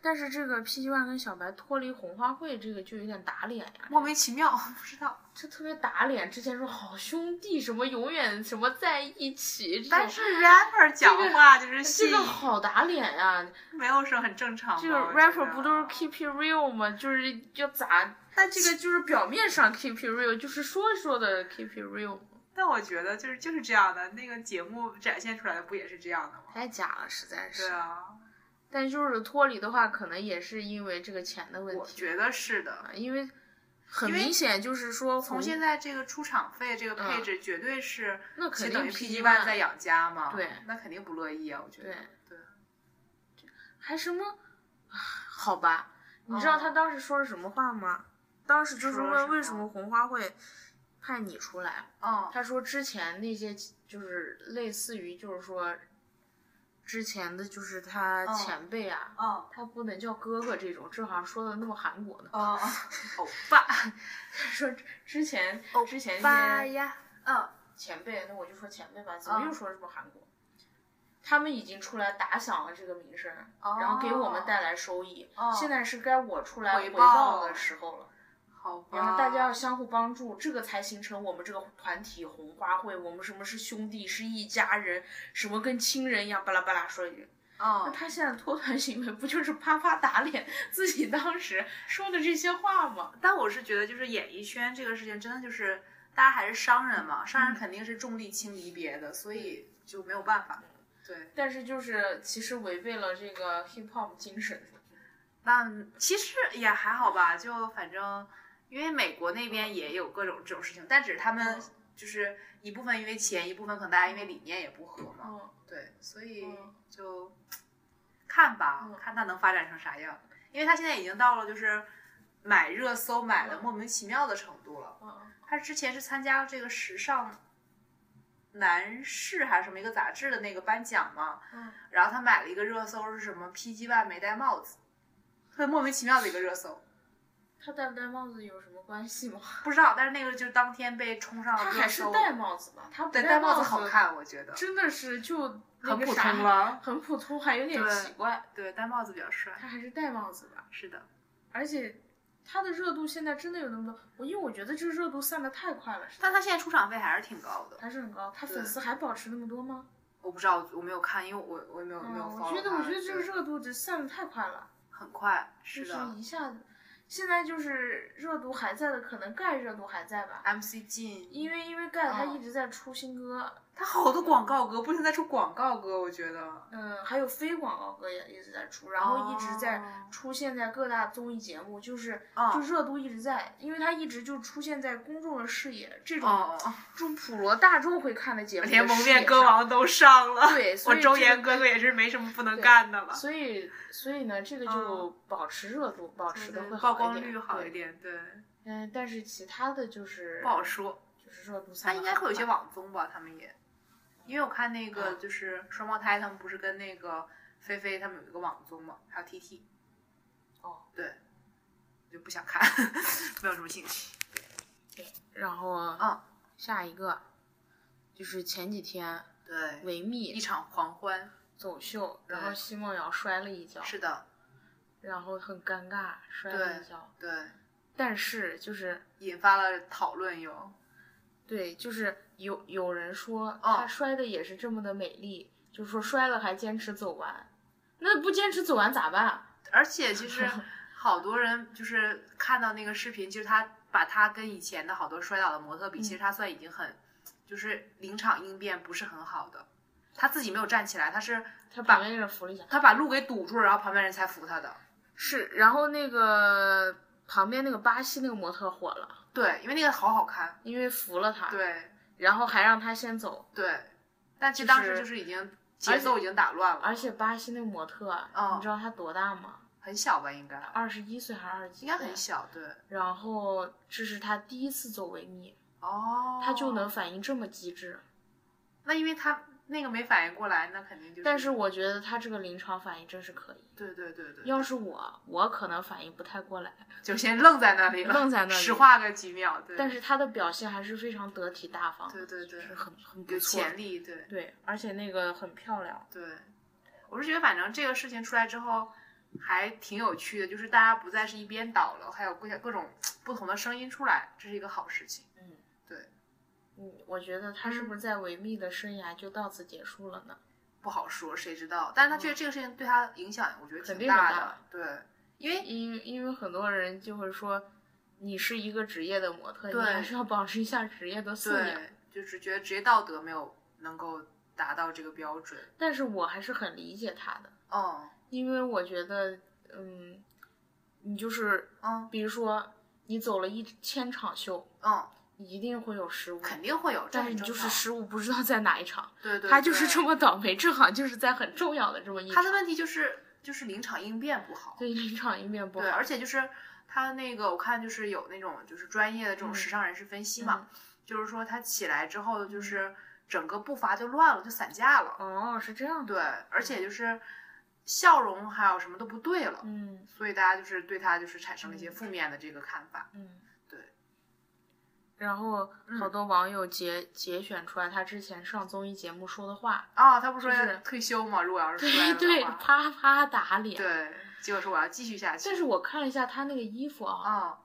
但是这个 PG One 跟小白脱离红花会，这个就有点打脸呀，
莫名其妙， 不知道。
这特别打脸。之前说好兄弟什么永远什么在一起，这种
但是 rapper 讲话就是
这
信，
个好打脸呀、
没有说很正常吗。
这个
哦我觉得
rapper 不都是 keep it real 吗？就是要咋？但这个就是表面上 keep it real，就是说说的 keep it real，
但我觉得就是就是这样的，那个节目展现出来的不也是这样的吗？
太假了，实在
对
是。
啊，
但就是脱离的话，可能也是因为这个钱的问
我
题，
觉得是的。
啊因为很
因为
明显就是说
从
红
现在这个出场费这个配置，绝对是
那
其
嗯肯
实
定
等于 PG
PG
One
万
在养家嘛。
对
那肯定不乐意啊，我觉得。
对
对，
还什么？啊好吧，你知道他当时说的什么话吗？当时就是
哦说了什
问
么
为什么红花会派你出来，
嗯，
他说之前那些就是类似于就是说，之前的就是他
嗯
前辈 啊，
嗯，
他不能叫哥哥这种，这好像说的那么韩国呢。
嗯，欧巴，
说之前
欧
之前
巴
那些
呀，嗯，
前辈，那我就说前辈吧，怎么
嗯
又说是不是韩国？他们已经出来打响了这个名声，然后给我们带来收益。
哦
现在是该我出来
回
回报
报
的时候了。
好吧，
然后大家要相互帮助，这个才形成我们这个团体红花会。我们什么是兄弟，是一家人，什么跟亲人一样，巴拉巴拉说 一句。那
嗯，
他现在脱团行为不就是啪啪打脸自己当时说的这些话吗？
但我是觉得，就是演艺圈这个事情，真的就是大家还是商人嘛，
嗯
商人肯定是重利轻离别的，所以就没有办法。对，
但是就是其实违背了这个 hip hop 精神。
那嗯其实也还好吧，就反正因为美国那边也有各种这种事情，但只是他们
嗯
就是一部分因为钱，一部分可能大家因为理念也不合嘛。
嗯，
对，所以
嗯
就看吧
嗯，
看他能发展成啥样，因为他现在已经到了就是买热搜买的
嗯
莫名其妙的程度了。
嗯
他之前是参加这个时尚男士还是什么一个杂志的那个颁奖嘛，
嗯，
然后他买了一个热搜是什么 PG One 没戴帽子，特别莫名其妙的一个热搜，
他戴不戴帽子有什么关系吗？
不知道，但是那个就是当天被冲 上
他
了
还
热
是
搜，
戴帽子吧，他不
对
戴
戴帽
子
子好，看，我觉得
真的是就那
很
个
普
啥
通，了，
很普通，还有点
对
奇怪。
对，戴帽子比较帅，
他还是戴帽子吧。
是的，
而且它的热度现在真的有那么多，我因为我觉得这热度散的太快了，
但他现在出场费还是挺高的，
还是很高，他
对
粉丝还保持那么多吗？
我不知道，我没有看，因为我我也没有没有
嗯，我
follow
觉得
他
我觉得这个
对
热度这散的太快了，
很快，
就是是
的
一下子，现在就是热度还在的，可能盖热度还在吧，
，MC 进
因为因为盖他
嗯
一直在出新歌，
他好多广告歌，不停在出广告歌，我觉得。
嗯，还有非广告歌也一直在出，然后一直
哦
在出现在各大综艺节目，就是、
啊
就热度一直在，因为它一直就出现在公众的视野，这种、
哦，
这种普罗大众会看的节目，
连蒙面歌，王都上了，
对，所
我
以
周
这
岩
个
哥哥也是没什么不能
对
干的了。
所以所以呢，这个就
嗯
保持热度，保持的会
曝
好
光
一
率
点，
好
对
一。点，对，
嗯，但是其他的就是
不好说。
就是热度
他
散得很快。
应该会有一些网综吧，他们也，因为我看那个
嗯
就是双胞胎，他们不是跟那个菲菲他们有一个网综嘛，还有 TT。
哦，
对，就不想看， 没有什么兴趣。
然后
嗯，
下一个就是前几天
对，
维
一
密
场狂欢。
走秀，然后
对
奚梦瑶摔了一跤，
是的，
然后很尴尬摔了一
对
跤，
对，
但是就是
引发了讨论哟。
对，就是有有人说
哦
她摔的也是这么的美丽，就说摔了还坚持走完，那不坚持走完咋办？啊
而且 其实好多人就是看到那个视频，就是他把他跟以前的好多摔倒的模特比，
嗯
其实他算已经很就是临场应变不是很好的，他自己没有站起来，他是
她
把
旁边人扶了一下，
他把路给堵住了，然后旁边人才扶他的。
是，然后那个旁边那个巴西那个模特火了，
对，因为那个好好看。
因为扶了她，
对
然后还让她先走，
对，但其实
就是
当时就是已经节奏已经打乱了，
而且巴西那个模特，啊
哦
你知道她多大吗？
很小吧，应该
二十一岁还是二十几？
应该很。小。对，
然后这是他第一次走维密，
哦，
他就能反应这么机智。
那因为他那个没反应过来，那肯定就是。
但是我觉得他这个临场反应真是可以。
对对对对，
要是我，我可能反应不太过来，
就先愣在那里了，
愣在那里
石化个几秒。对，
但是他的表现还是非常得体大方，
对对对
是很很不
有
错的。
潜力，对
对，而且那个很漂亮。
对。我是觉得，反正这个事情出来之后，还挺有趣的，就是大家不再是一边倒了，还有各各种不同的声音出来，这是一个好事情。
嗯，我觉得他是不是在维密的生涯就到此结束了呢？
不好说，谁知道？但是他觉得这个事情对他影响，我觉得
肯
挺
定很
嗯大
大
的。对，因为
因为因为很多人就会说，你是一个职业的模特，你
对
还是要保持一下职业的素养。
对，就是觉得职业道德没有能够达到这个标准。
但是我还是很理解他的，
嗯
因为我觉得，嗯，你就是，
嗯
比如说你走了一千场秀，
嗯，
一定会有失误，
肯定会有，这
但是
很
你
正
就是
常
失误不知道在哪一场，
对对，
他就是
对
这。么倒霉，正好就是在很重要的这么一
他
场，
的问题就是就是临场应变不好，
对临场应变不
对，
好，
而且就是他那个我看就是有那种就是专业的这种
嗯嗯
时尚人士分析嘛，就是说他起来之后就是整个步伐就乱了，就散架了。
哦，是这样的，
对，而且就是笑容还有什么都不对了，
嗯
所以大家就是对他就是产生了一些
嗯
负面的这个看法。
嗯，
对。
然后
嗯
好多网友节节选出来他之前上综艺节目说的话，
啊，他不是说
就
要
是
退休吗？如果要是出来
对对，
了的话
啪啪打脸。
对，结果说我要继续下去。
但是我看了一下他那个衣服啊，
啊，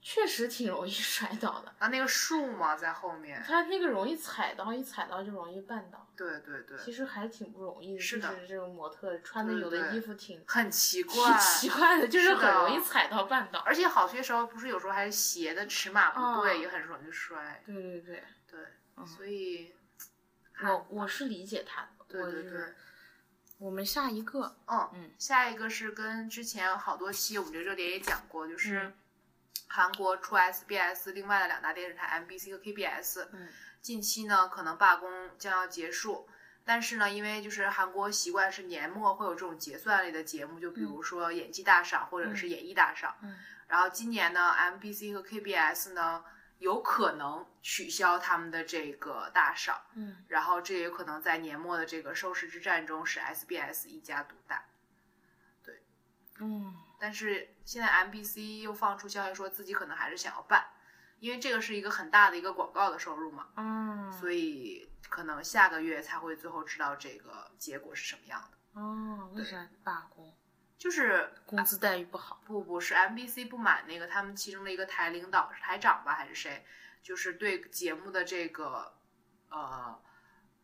确实挺容易 摔倒的。
啊那个树嘛在后面，
他那个容易踩到，一踩到就容易绊倒，
对对对，
其实还挺不容易的。
是的
就是这种模特穿的
对
有的
对
衣服挺
很奇怪。
挺奇怪的，就是
是的
很容易踩到绊倒。
而且好些时候不是有时候还鞋的尺码不对，
啊
也很容易摔。
对对对，
对，
嗯
所以
我我是理解他的。
对
我
对
就
对
是，我们下一个，
嗯
嗯
下一个是跟之前好多期我们这个热点也讲过，就是
嗯
韩国除 SBS 另外的两大电视台 MBC 和 KBS，
嗯
近期呢可能罢工将要结束，但是呢，因为就是韩国习惯是年末会有这种结算类的节目，就比如说演技大赏或者是演艺大赏，
嗯
然后今年呢，MBC 和 KBS 呢有可能取消他们的这个大赏，
嗯，
然后这也有可能在年末的这个收视之战中使 SBS 一家独大。
嗯，
但是现在 MBC 又放出消息说自己可能还是想要办，因为这个是一个很大的一个广告的收入嘛，
嗯，
所以可能下个月才会最后知道这个结果是什么样的。
哦，为啥罢工？
就是
工资待遇不好。
不不是 MBC 不满那个他们其中的一个台领导是台长吧还是谁，就是对节目的这个呃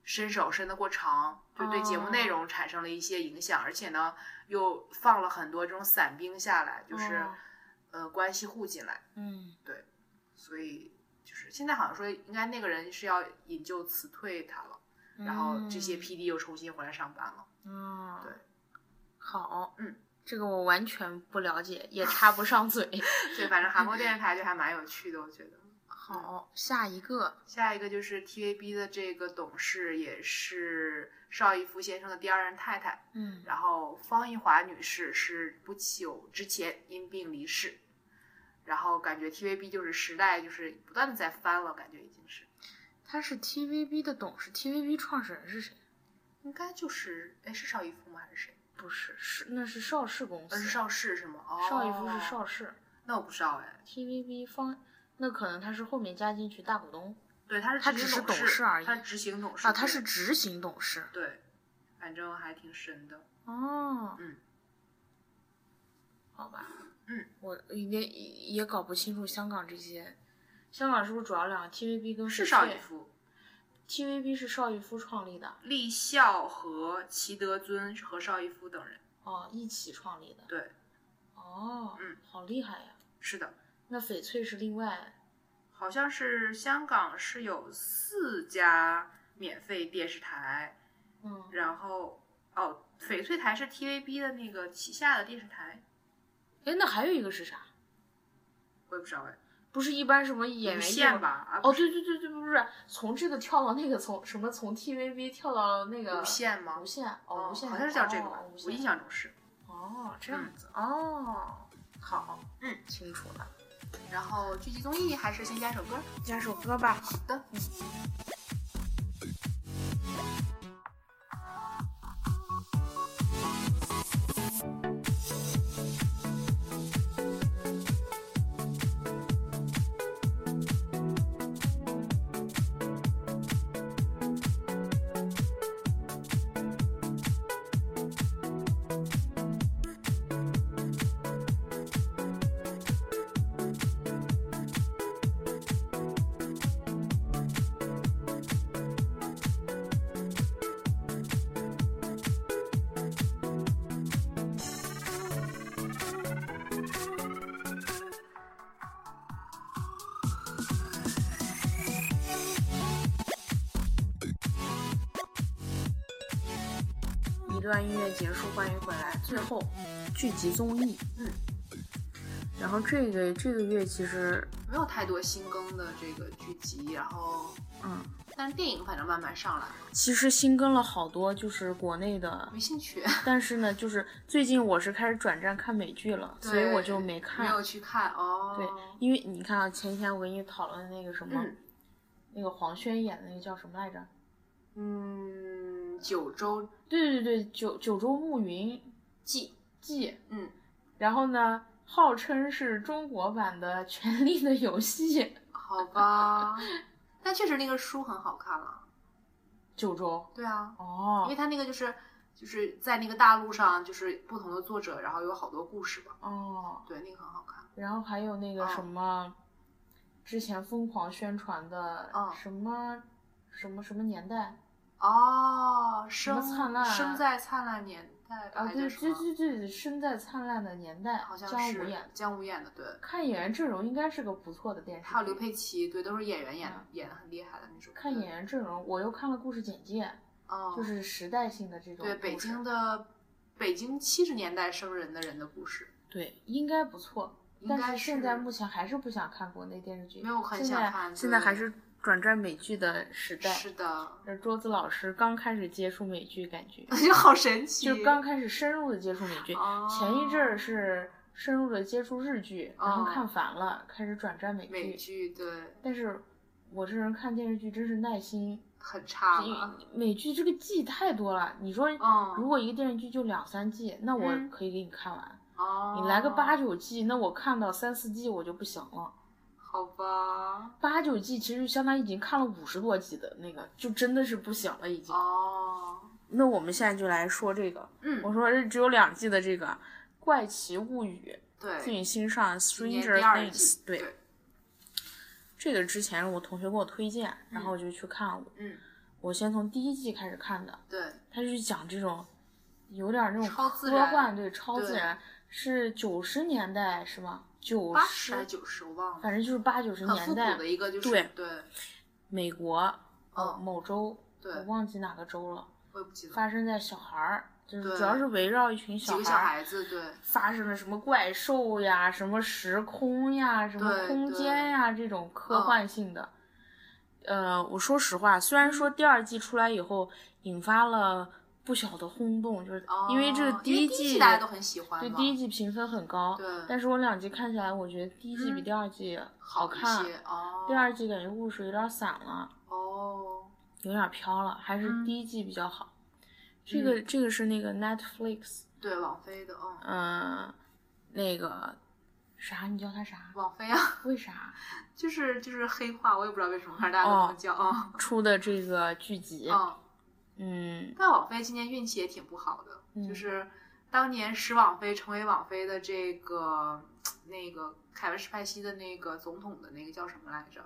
伸手伸得过长，就对节目内容产生了一些影响，而且呢又放了很多这种散兵下来，就是、
哦
呃关系户进来，
嗯
所以就是现在好像说应该那个人是要引咎辞退他了，啊然后这些
嗯
PD 又重新回来上班了。
嗯，
对，
好，
嗯，
这个我完全不了解，也插不上嘴。
对，反正韩国电视台就还蛮有趣的，我觉得。
好，下一个，
下一个就是 TVB 的这个董事，也是邵逸夫先生的第二任太太，
嗯
然后方逸华女士是不久之前因病离世，然后感觉 TVB 就是时代就是不断的在翻了，感觉已经是，
他是 TVB 的董事，TVB 创始人是谁？
应该就是哎是邵逸夫吗还是谁？
不是，是那是邵氏公
呃
司，
是邵氏是吗？哦，
邵逸夫是，邵氏
那我不知道哎，
，TVB 方，那可能他是后面加进去大股东
对他是
他
执
只
行
是
董
董事而已
他是执行董事
啊，他
对
是执行董事。
对，反正还挺神的，
哦，
嗯，
好吧，
嗯，
我也也搞不清楚香港这些，香港是不是主要两个 TVB 跟
是
翡
邵
翠
逸夫。
TVB 是邵逸夫创立的，
立孝和齐德尊和邵逸夫等人。
哦，一起创立的，
对，
哦，
嗯，
好厉害呀！
是的，
那翡翠是另外，
好像是香港是有四家免费电视台，
嗯，
然后哦，翡翠台是 TVB 的那个旗下的电视台，
哎，那还有一个是啥？
我也不知道哎，
不是一般什么演
无
员
线
用？
吧？啊，
哦，对对对对，不是从这个跳到那个，从什么从 TVB 跳到那个
无线吗
哦无？线哦，无线
好像是叫这个吧
哦，无
我印
线
象中是。
哦，这样子哦，好，
嗯，
清楚了。
然后剧集综艺还是先加首歌，
加首歌吧。
好的。
一段音乐结束，欢迎回来。最后，剧集综艺，
嗯，
然后这个这个月其实，
没有太多新更的这个剧集，然后，
嗯，
但是电影反正慢慢上来了，
其实新更了好多，就是国内 的，
没兴趣，
但是呢，就是最近我是开始转战看美剧了，所以
对
我就没看。
没有去看哦。
对，因为你看啊，前几天我跟你讨论那个什么，
嗯
那个黄轩演的那个叫什么来着？
嗯，九州
对对对，九九州暮云记记，
嗯，
然后呢，号称是中国版的《权力的游戏》，
好 吧，但确实那个书很好看了。
九州
对啊，因
哦
为它那个就是就是在那个大陆上，就是不同的作者，然后有好多故事吧。
哦，
对，那个很好看。
然后还有那个
哦
什么，之前疯狂宣传的
哦
什么、什么什么年代
哦，
么
生
灿烂啊
生在灿烂年代
啊？
还叫
对
什
对
么？
对对，生在灿烂的年代
好，像
姜
是
武演的。
姜武演的，对。
看演员阵容应该是个不错的电视剧。
还有刘佩琦，对，都是演员演的
嗯，
演的很厉害的那种。
看
对
演，员阵容，我又看了故事简介，
嗯哦，
就是时代性的这种
对北
故事
京的北京七十年代生人的人的故事，
对应该不错。
应该
但是现在
是
目前还是不想看国内电视剧，
没有很想
现
看
在现在
对
还是转战美剧的时代。
是的，
这桌子老师刚开始接触美剧，感觉
就好神奇。
就刚开始深入的接触美剧。
哦
前一阵儿是深入的接触日剧，然后
哦
看烦了，开始转战美
美
剧。
剧对
但是我这人看电视剧真是耐心
很差
因为
了，
美剧这个季太多了，你说
嗯
如果一个电视剧就两三季，那我
嗯
可以给你看完。
哦，
你来个八九季，那我看到三四季我就不行了。
好吧，
八九季其实就相当于已经看了五十多季的那个，就真的是不行了已经。
哦，
那我们现在就来说这个，
嗯，
我说这只有两季的这个《怪奇物语》，最
对，
近新上《
今年
Stranger
第二
Things
季》，，
对，
对，
这个之前我同学给我推荐，然后我就去看了。
嗯，
我先从第一季开始看的，
对，
他就是讲这种有点那种
超自
科
然
幻，对，超
对
自然是九十年代是吗？九
八十还是
十，
九十，我忘了，
反正就是八九十
很复
年
古
代
的，一个就是
对
对
美国某
嗯
某州，
对
我忘记哪个州了，
我也不记得
发生在小孩儿，就是
对
主要是围绕一群
几
小
个
孩
小
儿。
孩子，对
发生了什么怪兽呀、什么时空呀、什么
对
空
对嗯
间呀这种科幻性的。呃，我说实话，虽然
嗯
说第二季出来以后引发了不小的轰动，就是
哦，
因为这个
第一
季
大家都很喜欢
对
嘛，
第一季评分很高，
对
但是我两集看起来，我觉得第一季比
嗯
第二季
好一
看，
些哦，
第二季感觉故事有点散了，
哦，
有点飘了，还是
嗯
第一季比较好。这个这个是那个 Netflix，
对，网飞的，嗯，
嗯、那个啥，你叫它啥？
网飞啊，
为啥
就是就是黑化，我也不知道为什么，反正大家
哦
都这么叫啊，
出的这个剧集？
嗯，
嗯，
但网飞今年运气也挺不好的，
嗯
就是当年使网飞成为网飞的这个那个凯文·史派西的那个总统的那个叫什么来着？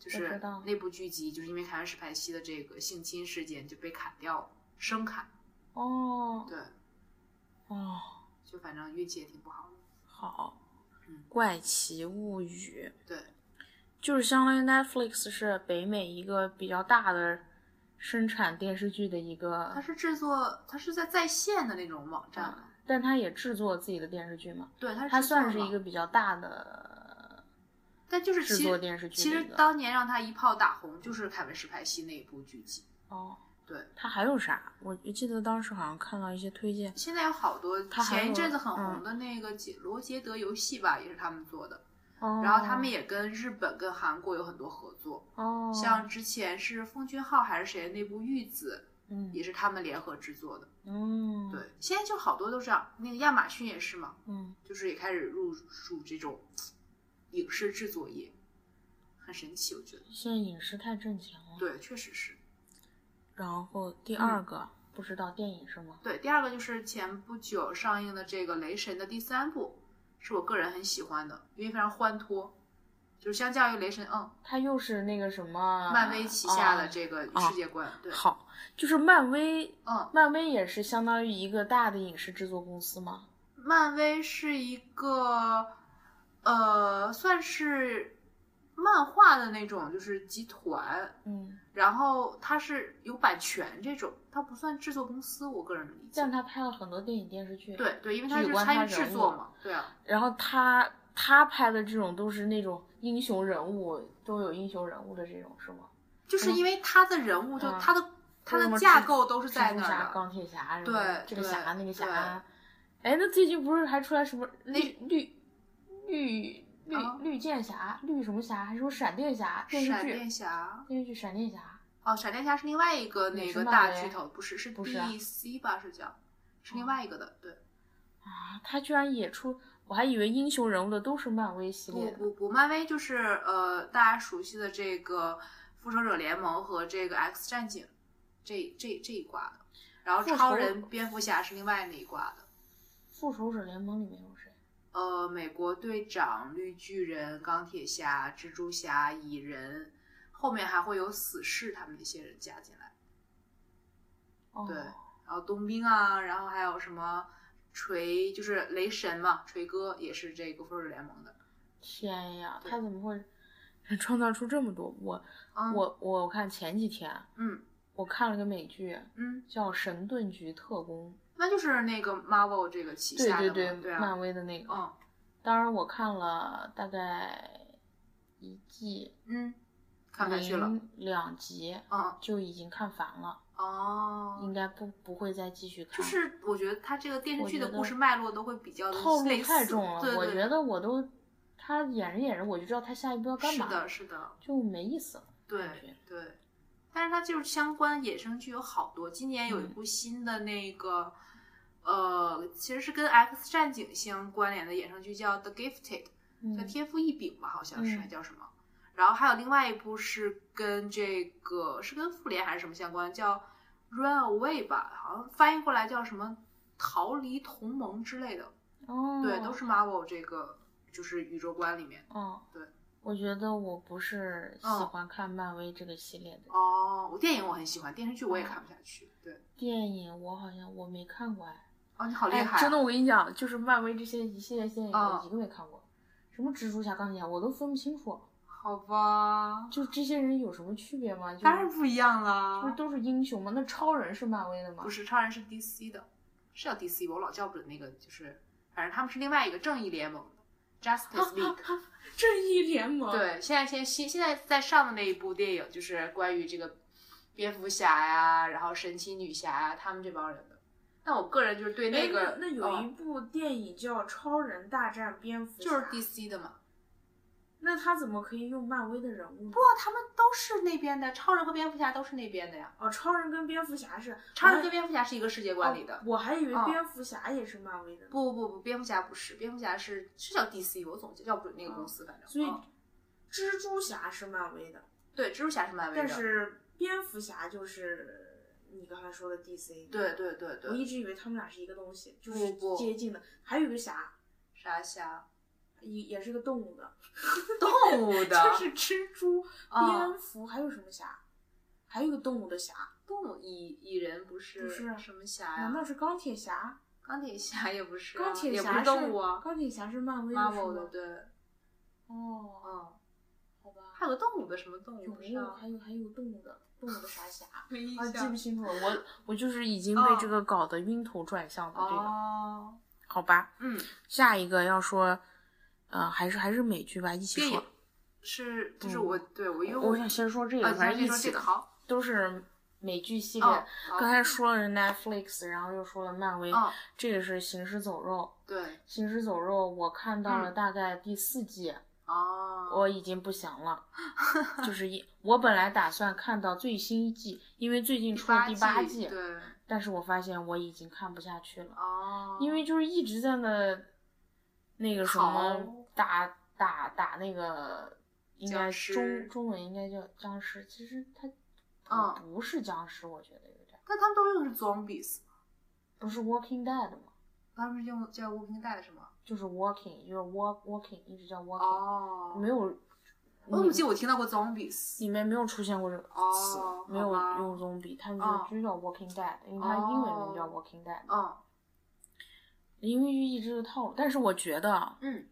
就
我
是
知道
那部剧集，就是因为凯文·史派西的这个性侵事件就被砍掉了，生砍。
哦
对，
哦，
就反正运气也挺不好的。
好
嗯，
怪奇物语
对，
就是相当于 Netflix 是北美一个比较大的生产电视剧的一
它
个，
是制作，它是在在线的那种网站吧，
但它也制作自己的电视剧嘛，
对，它是
它
制作
嗯算是
网
一个，比较大的
但就是
制
其
作
实
电视
其
剧的
实
一个。
当年让它一炮打红就是凯文·史派西那一部剧集。
哦，
对，
它还有啥？我记得当时好像看到一些推荐。
现在有好多
他还有嗯
前一阵子很红的那个解罗杰德游戏吧，也是他们做的。
哦，
然后他们也跟日本、跟韩国有很多合作，
哦，
像之前是奉俊昊还是谁那部《玉子》，
嗯
也是他们联合制作的。
嗯
对，现在就好多都这样。那个亚马逊也是嘛，
嗯，
就是也开始入驻这种影视制作业，很神奇，我觉得。
现在影视太挣钱了。
对，确实是。
然后第
嗯
二个、不知道电影是吗？
对，第二个就是前不久上映的这个《雷神》的第三部，是我个人很喜欢的，因为非常欢脱，就是相较于《雷神》，嗯，
它又是那个什么
漫威旗下的
啊哦
这个
啊
世界观，对，
好，就是漫威，
嗯，
漫威也是相当于一个大的影视制作公司吗？
漫威是一个，呃，算是漫画的那种，就是集团，
嗯，
然后它是有版权这种，它不算制作公司，我个人的理解
但。他拍了很多电影电视剧。，
对对，因为它
有
是
关他
参与
人
制
物
作嘛，对啊，
然后他他拍的这种都是那种英雄人物，都有英雄人物的这种是吗？
就是因为他的人物就
嗯
他的他
什么
的架
蜘
构都是在
蜘蛛
那儿
侠、
的，
钢铁侠啊什么
对
的，这个
对
侠那个
对
侠。哎，那最近不是还出来什么
那
绿绿绿绿
啊
绿箭侠、绿什么侠，啊还说闪电侠电视
闪
剧？
电侠
电视剧《闪电侠》啊
哦，闪电侠是另外一个
也
那
是
个
漫
大
威
巨头，不是是
不是啊嗯
DC 吧？是叫是另外一个的，对，
啊，他居然也出，我还以为英雄人物的都是漫威系
不
列的。
不不，漫威就是呃大家熟悉的这个复仇者联盟和这个 X 战警这这这一挂的，然后
复
超
仇
人、蝙蝠侠是另外那一挂的，
复仇者联盟里面有谁？
呃，美国队长、绿巨人、钢铁侠、蜘蛛侠、蚁人，后面还会有死侍他们那些人加进来。
哦，
对然后冬兵啊，然后还有什么锤，就是雷神嘛，锤哥也是这个复仇者联盟的。
天呀，
对
他怎么会 创造出这么多？我、
嗯，
我我我看前几天
嗯
我看了个美剧
嗯，
叫《神盾局特工
那就是那个 Marvel 这个》，旗
对
下的
对
嘛，
对，
啊
漫，威的那个。
嗯
当然我看了大概一季，
嗯，看不下去了，
零两集
嗯
就已经看烦了，
哦，
应该不不会再继续看。
就是我觉得他这个电视
嗯我
剧
觉
的故
得
事脉络都会比较的
套路
类
太
似
重了，
对对
我觉得我都他演着演着我就知道他下一步要干
是
嘛，
的，是的，
就没意思了。
对
感觉
对，但是它就是相关衍生剧有好多，今年有一
嗯
部新的那个，呃，其实是跟 X 战警相关联的衍生剧叫《The Gifted》，叫《
嗯，
天赋异禀》吧，好像是、
嗯
还叫什么。然后还有另外一部是跟这个是跟复联还是什么相关，叫《Run Away》吧，好像翻译过来叫什么“逃离同盟”之类的。
哦，
对，都是 Marvel 这个就是宇宙观里面。
哦，
对。
我觉得我不是喜
嗯
欢看漫威这个系列的、
哦，我电影我很喜欢，电视剧
哦
我也看不下去。对。
电影，我好像我没看过哎。
哦，你好厉害、
哎，真的，，我跟你讲，就是漫威这些一系列电影，
嗯
我一个没看过。什么蜘蛛侠、钢铁侠，我都分不清楚。
好吧，
就这些人有什么区别吗？就
当然不一样
不是
啦。
都是英雄吗？那超人是漫威的吗
不？是，超人是 DC 的，是叫 DC 吧？我老叫不准那个，就是反正他们是另外一个正义联盟的 Justice League。
正义联盟，哎
对，现在现现现在在上的那一部电影就是关于这个蝙蝠侠呀，然后神奇女侠呀，他们这帮人的。但我个人就是对
哎
个，
那有
哦
一部电影叫《超人大战蝙蝠侠》，
就是 DC 的嘛，
那他怎么可以用漫威的人物呢？
哇，他们都是那边的，超人和蝙蝠侠都是那边的呀。
哦，超人跟蝙蝠侠是
超人跟蝙蝠侠是一个世界观里的。
哦我还以为
哦
蝙蝠侠也是漫威的呢，
不不不，蝙蝠侠不是，蝙蝠侠是是叫 DC，我总叫不准那个公司，反正。
啊所以
嗯
蜘蛛侠是漫威的，
对，蜘蛛侠是漫威的。
但是蝙蝠侠就是你刚才说的 DC。
对对对
我
对，
一直以为他们俩是一个东西，就是
不不
接近的。还有一个侠，
啥侠？
也也是个动物的，
动物 的，
就是蜘蛛、
啊
蝙蝠，还有什么侠？还有一个动物的侠，
动物蚁蚁人不是
不是啊
什么侠哎呀
难？道是钢铁侠？
钢铁侠也不是啊、
钢铁
也不
侠
是动物啊
钢铁侠是漫威的是
，Marvel 的
吗？
对，
哦，
嗯，
好吧。
还有个动物的什么动
有
物
没
是
有
啊？
还有还有动物的动 物的啥侠？啊，
没印
记
象
不清楚了。 我我就是已经被
哦
这个搞得晕头转向的这个，
哦，
好吧。
嗯，
下一个要说，呃，还是还是美剧吧，一起
电
说
影。是就是
嗯
我对我因为
我想先说这个，
啊，你
反
先
正一
说
起
这个
的
好，
都是美剧系列。
哦，好
刚才说了 Netflix，然后又说了漫威，
哦，
这个是《行尸走肉》。
对，
《行尸走肉》我看到了
嗯
大概第四季，
哦，
我已经不想 了。就是一，我本来打算看到最新一季，因为最近出了第八季，
对，
但是我发现我已经看不下去了，
哦，
因为就是一直在那那个什么
好
打打打那个，应该
僵尸
中中文应该叫僵尸，其实它
嗯
不不是僵尸，我觉得有点
但他们都用的是 zombies，
不是 Walking Dead 吗？
他们是用叫 Walking Dead 是吗？
就是 Walking，就是 Walk Walking，一直叫 Walking，、
哦，
没有，
我怎么记得我听到过 zombies？
里面没有出现过这个词，
哦
没有
好吧
用 zombie，他们
哦
就就叫 Walking Dead，、因为它英文名叫 Walking Dead，、
嗯
因为一直这个套路。但是我觉得啊
嗯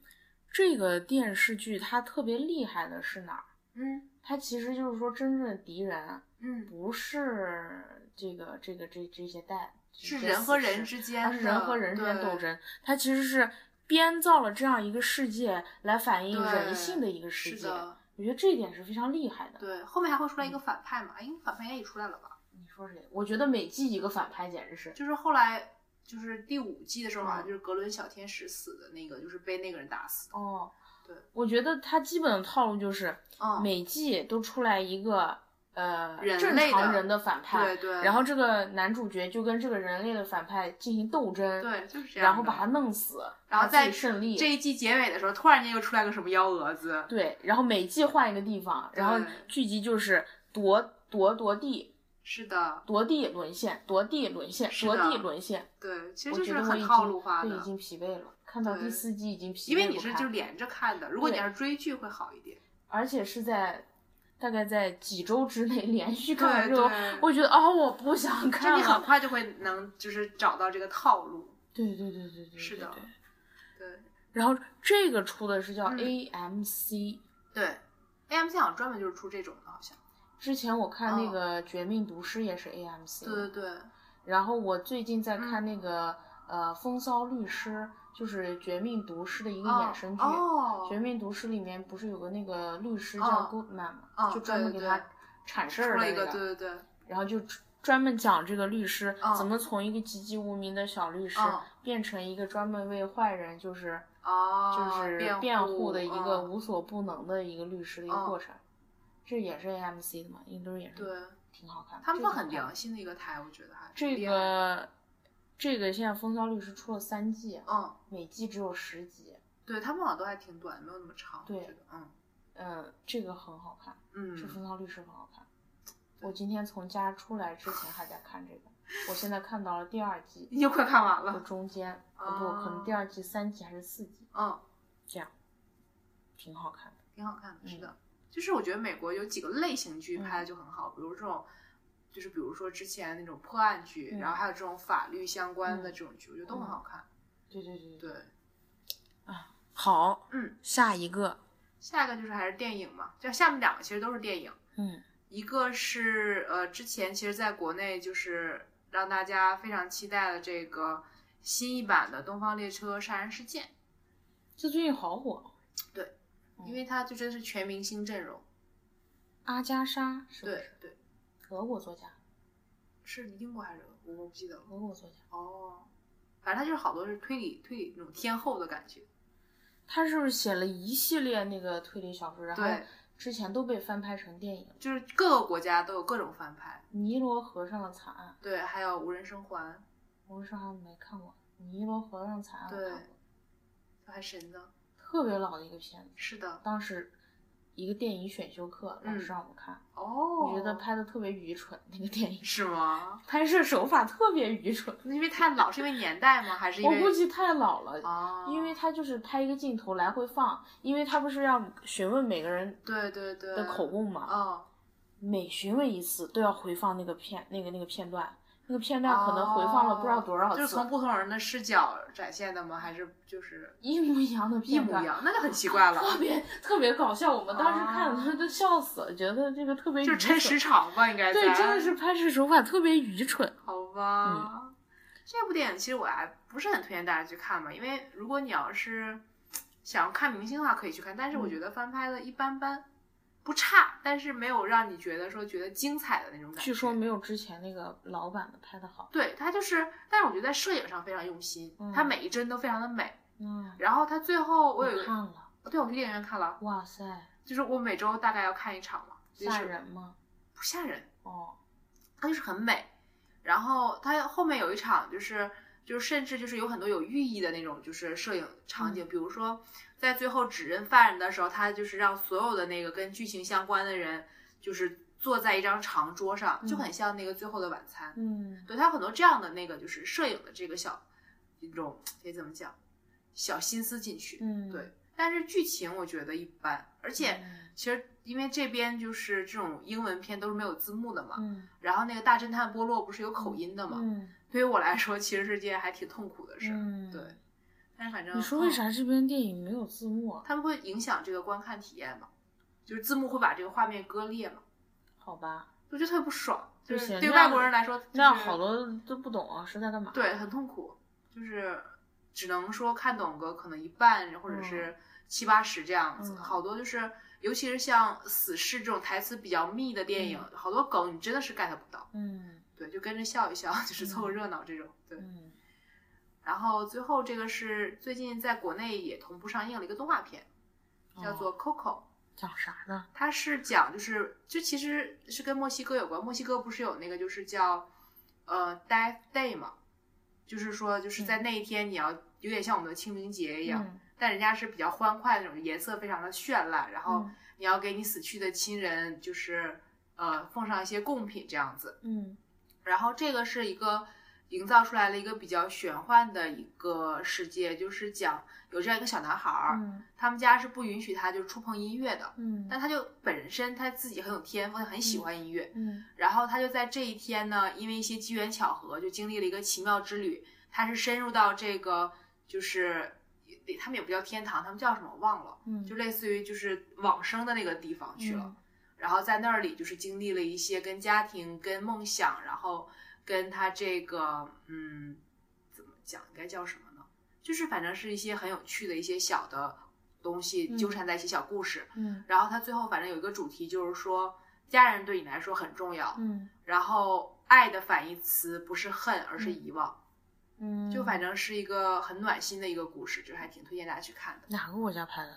这个电视剧它特别厉害的是哪儿？
嗯
它其实就是说，真正的敌人啊
嗯，
不是这个这个这这些代，
是
这些
人和
死士
人之间
它
的，
是人和人之间
对
斗，争，它其实是编造了这样一个世界来反映
对
人性的一个世
是
界。
的。
我觉得这一点是非常厉害的。
对，后面还会出来一个反派嘛？哎，因为反派应该也出来了吧？
你说谁？我觉得每季一个反派简直是，
就是后来就是第五季的时候，好
嗯
像就是格伦小天使死的那个，就是被那个人打死的。
哦，
对，
我觉得他基本的套路就是
嗯，
每季都出来一个呃
人
正
类
常
的
人的反派，
对对。
然后这个男主角就跟这个人类的反派进行斗争，
对，就是这样的。
然后把他弄死，
然后
他自
在
己胜利。
这一季结尾的时候，突然间又出来个什么幺蛾子，
对，然后每季换一个地方，然后
对
剧集就是夺夺夺地，
是的，
夺地沦陷，夺地沦陷，
是
夺
的
地沦陷。
对，其实
我
就
觉
是
得我已
很
经
套路化
对已
的。
经疲惫了，看到第
对
四季已经疲惫
因
不
为
堪。
你是就连着看的，如果你
对
要是追剧会好一点。
而且是在大概在几周之内 连续看完
对
之后，
对
我觉得哦，我不想
就
看
你很
了。
快就会能就是找到这个套路。
对对对对对，
是的
对对
对
然后这个出的是叫
嗯
AMC，、
对，AMC 好像专门就是出这种的，好像。
之前我看那
哦
个《绝命毒师》也是 AMC，、
对对哦对，
然后我最近在看
嗯
那个、呃《风骚律师》，就是《绝命毒师》的一个
哦
衍生剧。
哦，
绝命毒师》里面不是有个那个律师叫
哦
Goodman 吗？
哦
就专门给
对对
他
对
铲事
出
儿的
了
那嗯
一个，对对对，
然后就专专门讲这个律师、
嗯
怎么从一个籍籍无名的小律师、
嗯
变成一个专门为坏人就是、
哦，
就是辩
辩
护的一个
嗯
无所不能的一个律师的一个
嗯
过程。这也是 AMC 的嘛，印度也是
对，
挺好看的。
他们
这
算
个
很
好
良
看
心的一个台，我觉得还
这
厉害
个这个现在《风骚律师》出了三季，啊
嗯，
每季只有十集。
对他们好像都还挺短，没有那么长，我
对
觉得嗯
嗯，这个很好看，这《
嗯，
风骚律师》很好看。我今天从家出来之前还在看这个，我现在看到了第二季。
你又快看完
就
了，
中间，
哦
哦不，可能第二季、三季还是四季，
嗯，
这样挺好看的。
挺好看的，是
嗯
的，就是我觉得美国有几个类型剧
嗯
拍的就很好，比如这种。就是比如说之前那种破案剧，
嗯
然后还有这种法律相关的
嗯
这种剧，我觉得都很好看。
对对对对，
对，
好，
嗯，
下一个，
下一个就是还是电影嘛，就下面两个其实都是电影，
嗯，
一个是呃之前其实在国内就是让大家非常期待的这个新一版的《东方列车杀人事件
这最近好火，》，嗯
因为它就真是全明星阵容，
阿加莎是不
对
是
对，
俄国作家？
是英国还是我我不记得了。
俄国作家，
哦，反正它就是好多是推理推理那种天后的感觉，
他是不是写了一系列那个推理小说，然后
对，
之前都被翻拍成电影，《
就是各个国家都有各种翻拍，
尼罗河上的惨案
对，还有无人生还，》，
我说还没看过，《尼罗河上的惨案》我
对
看过，
还神呢，
特别老的一个片子，
是的，
当时一个电影选修课，老
嗯
师让我们看，
哦，
我觉得拍的特别愚蠢，那个电影
是吗？
拍摄手法特别愚蠢，
那因为太老，是因为年代吗？还是因
我
为
估计太老了。
哦，
因为他就是拍一个镜头来回放，因为他不是让询问每个人
对对对
的口供嘛，
哦，
每询问一次都要回放那个片那个那个片段，那个片段可能回放了不知道多少
哦
次，
就是从不同人的视角展现的吗？还是就是
一模一样的
一
片
模
段，
一样？那就很奇怪 了，
特别特别搞笑。我们当时看
啊
的都笑死了，觉得这个特别愚
就是
蠢
真时长吧，应该
对，
在
真的是拍摄手法特别愚蠢。
好吧，
嗯
这部电影其实我还不是很推荐大家去看嘛，因为如果你要是想要看明星的话，可以去看，但
嗯
是我觉得翻拍的一般般，不差，但是没有让你觉得说觉得精彩的那种感觉。
据说没有之前那个老版的拍的好。
对它就是，但是我觉得在摄影上非常用心，
嗯
它每一帧都非常的美。
嗯，
然后它最后我有一
看
个，哦
了，
对我去电影院看了，
哇塞，
就是我每周大概要看一场嘛，就是
吓人吗？
不吓人，
哦，
它就是很美。然后它后面有一场就是就是甚至就是有很多有寓意的那种就是摄影场
嗯
景，比如说在最后指认犯人的时候，他就是让所有的那个跟剧情相关的人就是坐在一张长桌上，
嗯
就很像那个《最后的晚餐》
嗯，
对，它有很多这样的那个就是摄影的这个小一种得怎么讲小心思进去。
嗯
对，但是剧情我觉得一般，而且
嗯
其实因为这边就是这种英文片都是没有字幕的嘛，
嗯
然后那个大侦探波洛不是有口音的嘛？
嗯
对于我来说，其实是件还挺痛苦的事。
嗯，
对，但是反正哦
你说为？啥这边电影没有字幕啊？
他们会影响这个观看体验嘛？就是字幕会把这个画面割裂嘛？
好吧，
我觉得特别不爽，就
不行
是对
那样
外国人来说，就是
那好多都不懂啊，是在干嘛？
对很痛苦，就是只能说看懂个可能一半或者是七八十这样子，
嗯
好多就是。尤其是像死侍这种台词比较密的电影，好多梗你真的是 get 不到，
嗯
对，就跟着笑一笑， 就是凑个热闹这种，对。
嗯
然后最后这个是最近在国内也同步上映了一个动画片，叫
哦
做《Coco》，
讲啥呢？
它是讲就是就其实是跟墨西哥有关，墨西哥不是有那个就是叫呃 Death Day 嘛，就是说就是在那一天你要有点像我们的清明节一样，
嗯
但人家是比较欢快的那种，颜色非常的绚烂，然后
嗯
你要给你死去的亲人就是呃奉上一些贡品这样子，
嗯
然后这个是一个营造出来了一个比较玄幻的一个世界，就是讲有这样一个小男孩儿，
嗯
他们家是不允许他就是触碰音乐的，
嗯
但他就本身他自己很有天赋，他很喜欢音乐，
嗯
然后他就在这一天呢，因为一些机缘巧合，就经历了一个奇妙之旅，他是深入到这个就是。他们也不叫天堂，他们叫什么我忘了，
嗯
就类似于就是往生的那个地方去了。然后在那里就是经历了一些跟家庭、跟梦想，然后跟他这个嗯，怎么讲应该叫什么呢？就是反正是一些很有趣的一些小的东西
嗯
纠缠在一起小故事。
嗯
然后他最后反正有一个主题就是说，家人对你来说很重要，
嗯
然后爱的反义词不是恨，而是遗忘。
嗯，
就反正是一个很暖心的一个故事，就是还挺推荐大家去看的。
哪个国家拍的？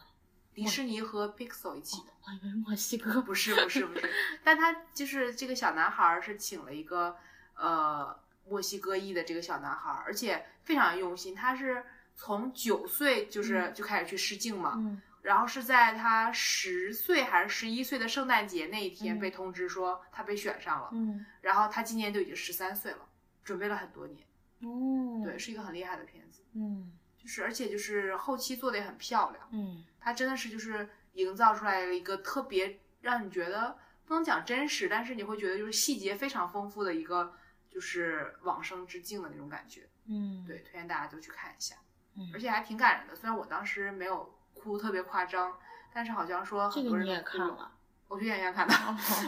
迪士尼和 Pixel 一起的。
我以为墨西哥。
不是不是不是，但他就是这个小男孩儿是请了一个呃墨西哥裔的这个小男孩儿，而且非常用心，他是从九岁就是、就开始去试镜嘛，
嗯
然后是在他十岁还是十一岁的圣诞节那一天
嗯
被通知说他被选上了，
嗯
然后他今年就已经十三岁了，准备了很多年，
哦，
对，，是一个很厉害的片子，
嗯
就是而且就是后期做的也很漂亮。
嗯
它真的是就是营造出来了一个特别让你觉得不能讲真实，但是你会觉得就是细节非常丰富的一个就是往生致敬的那种感觉。
嗯，
对，，推荐大家都去看一下。
嗯
而且还挺感人的。虽然我当时没有哭特别夸张，但是好像说
这
很多
个
人
你也
都哭
看了，
我去电影院看的。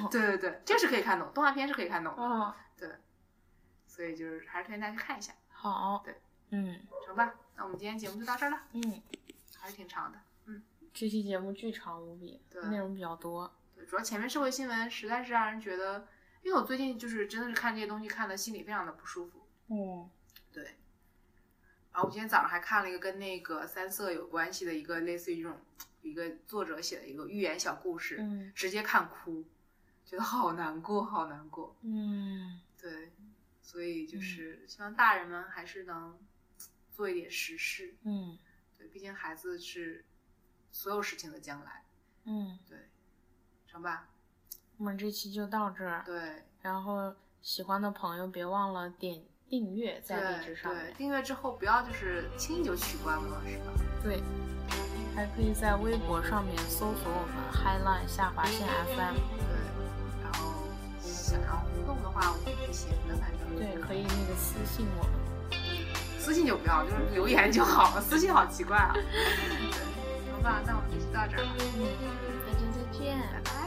对对对，这是可以看懂，动画片是可以看 懂的，
哦，
所以就是还是推荐大家去看一下，
好，
对，
嗯
成吧？那我们今天节目就到这儿了，
嗯，
还是挺长的。
这期节目巨长无比，
对
内容比较多，
对，主要前面社会新闻实在是让人觉得，因为我最近就是真的是看这些东西看的心里非常的不舒服。
嗯
对。然后我今天早上还看了一个跟那个三色有关系的一个类似于这种一个作者写的一个寓言小故事，
嗯
直接看哭，觉得好难过，好难过。
嗯，
对，所以就是希望大人们还是能做一点实事。
嗯
对，毕竟孩子是所有事情的将来。
嗯，
对，成吧？
我们这期就到这儿，
对。
然后喜欢的朋友别忘了点订阅在荔枝上
对，
面，
订阅之后不要就是轻易就取关了，是吧？
对，还可以在微博上面搜索我们 Highline 下划线 FM，
对，然后想要互动的话，我们是写的，反正
对，可以那个私信我们。
私信就不要，就是留言就好了，私信好奇怪啊。对，行吧，那我们就到这儿了，
嗯，那就再见，
拜拜。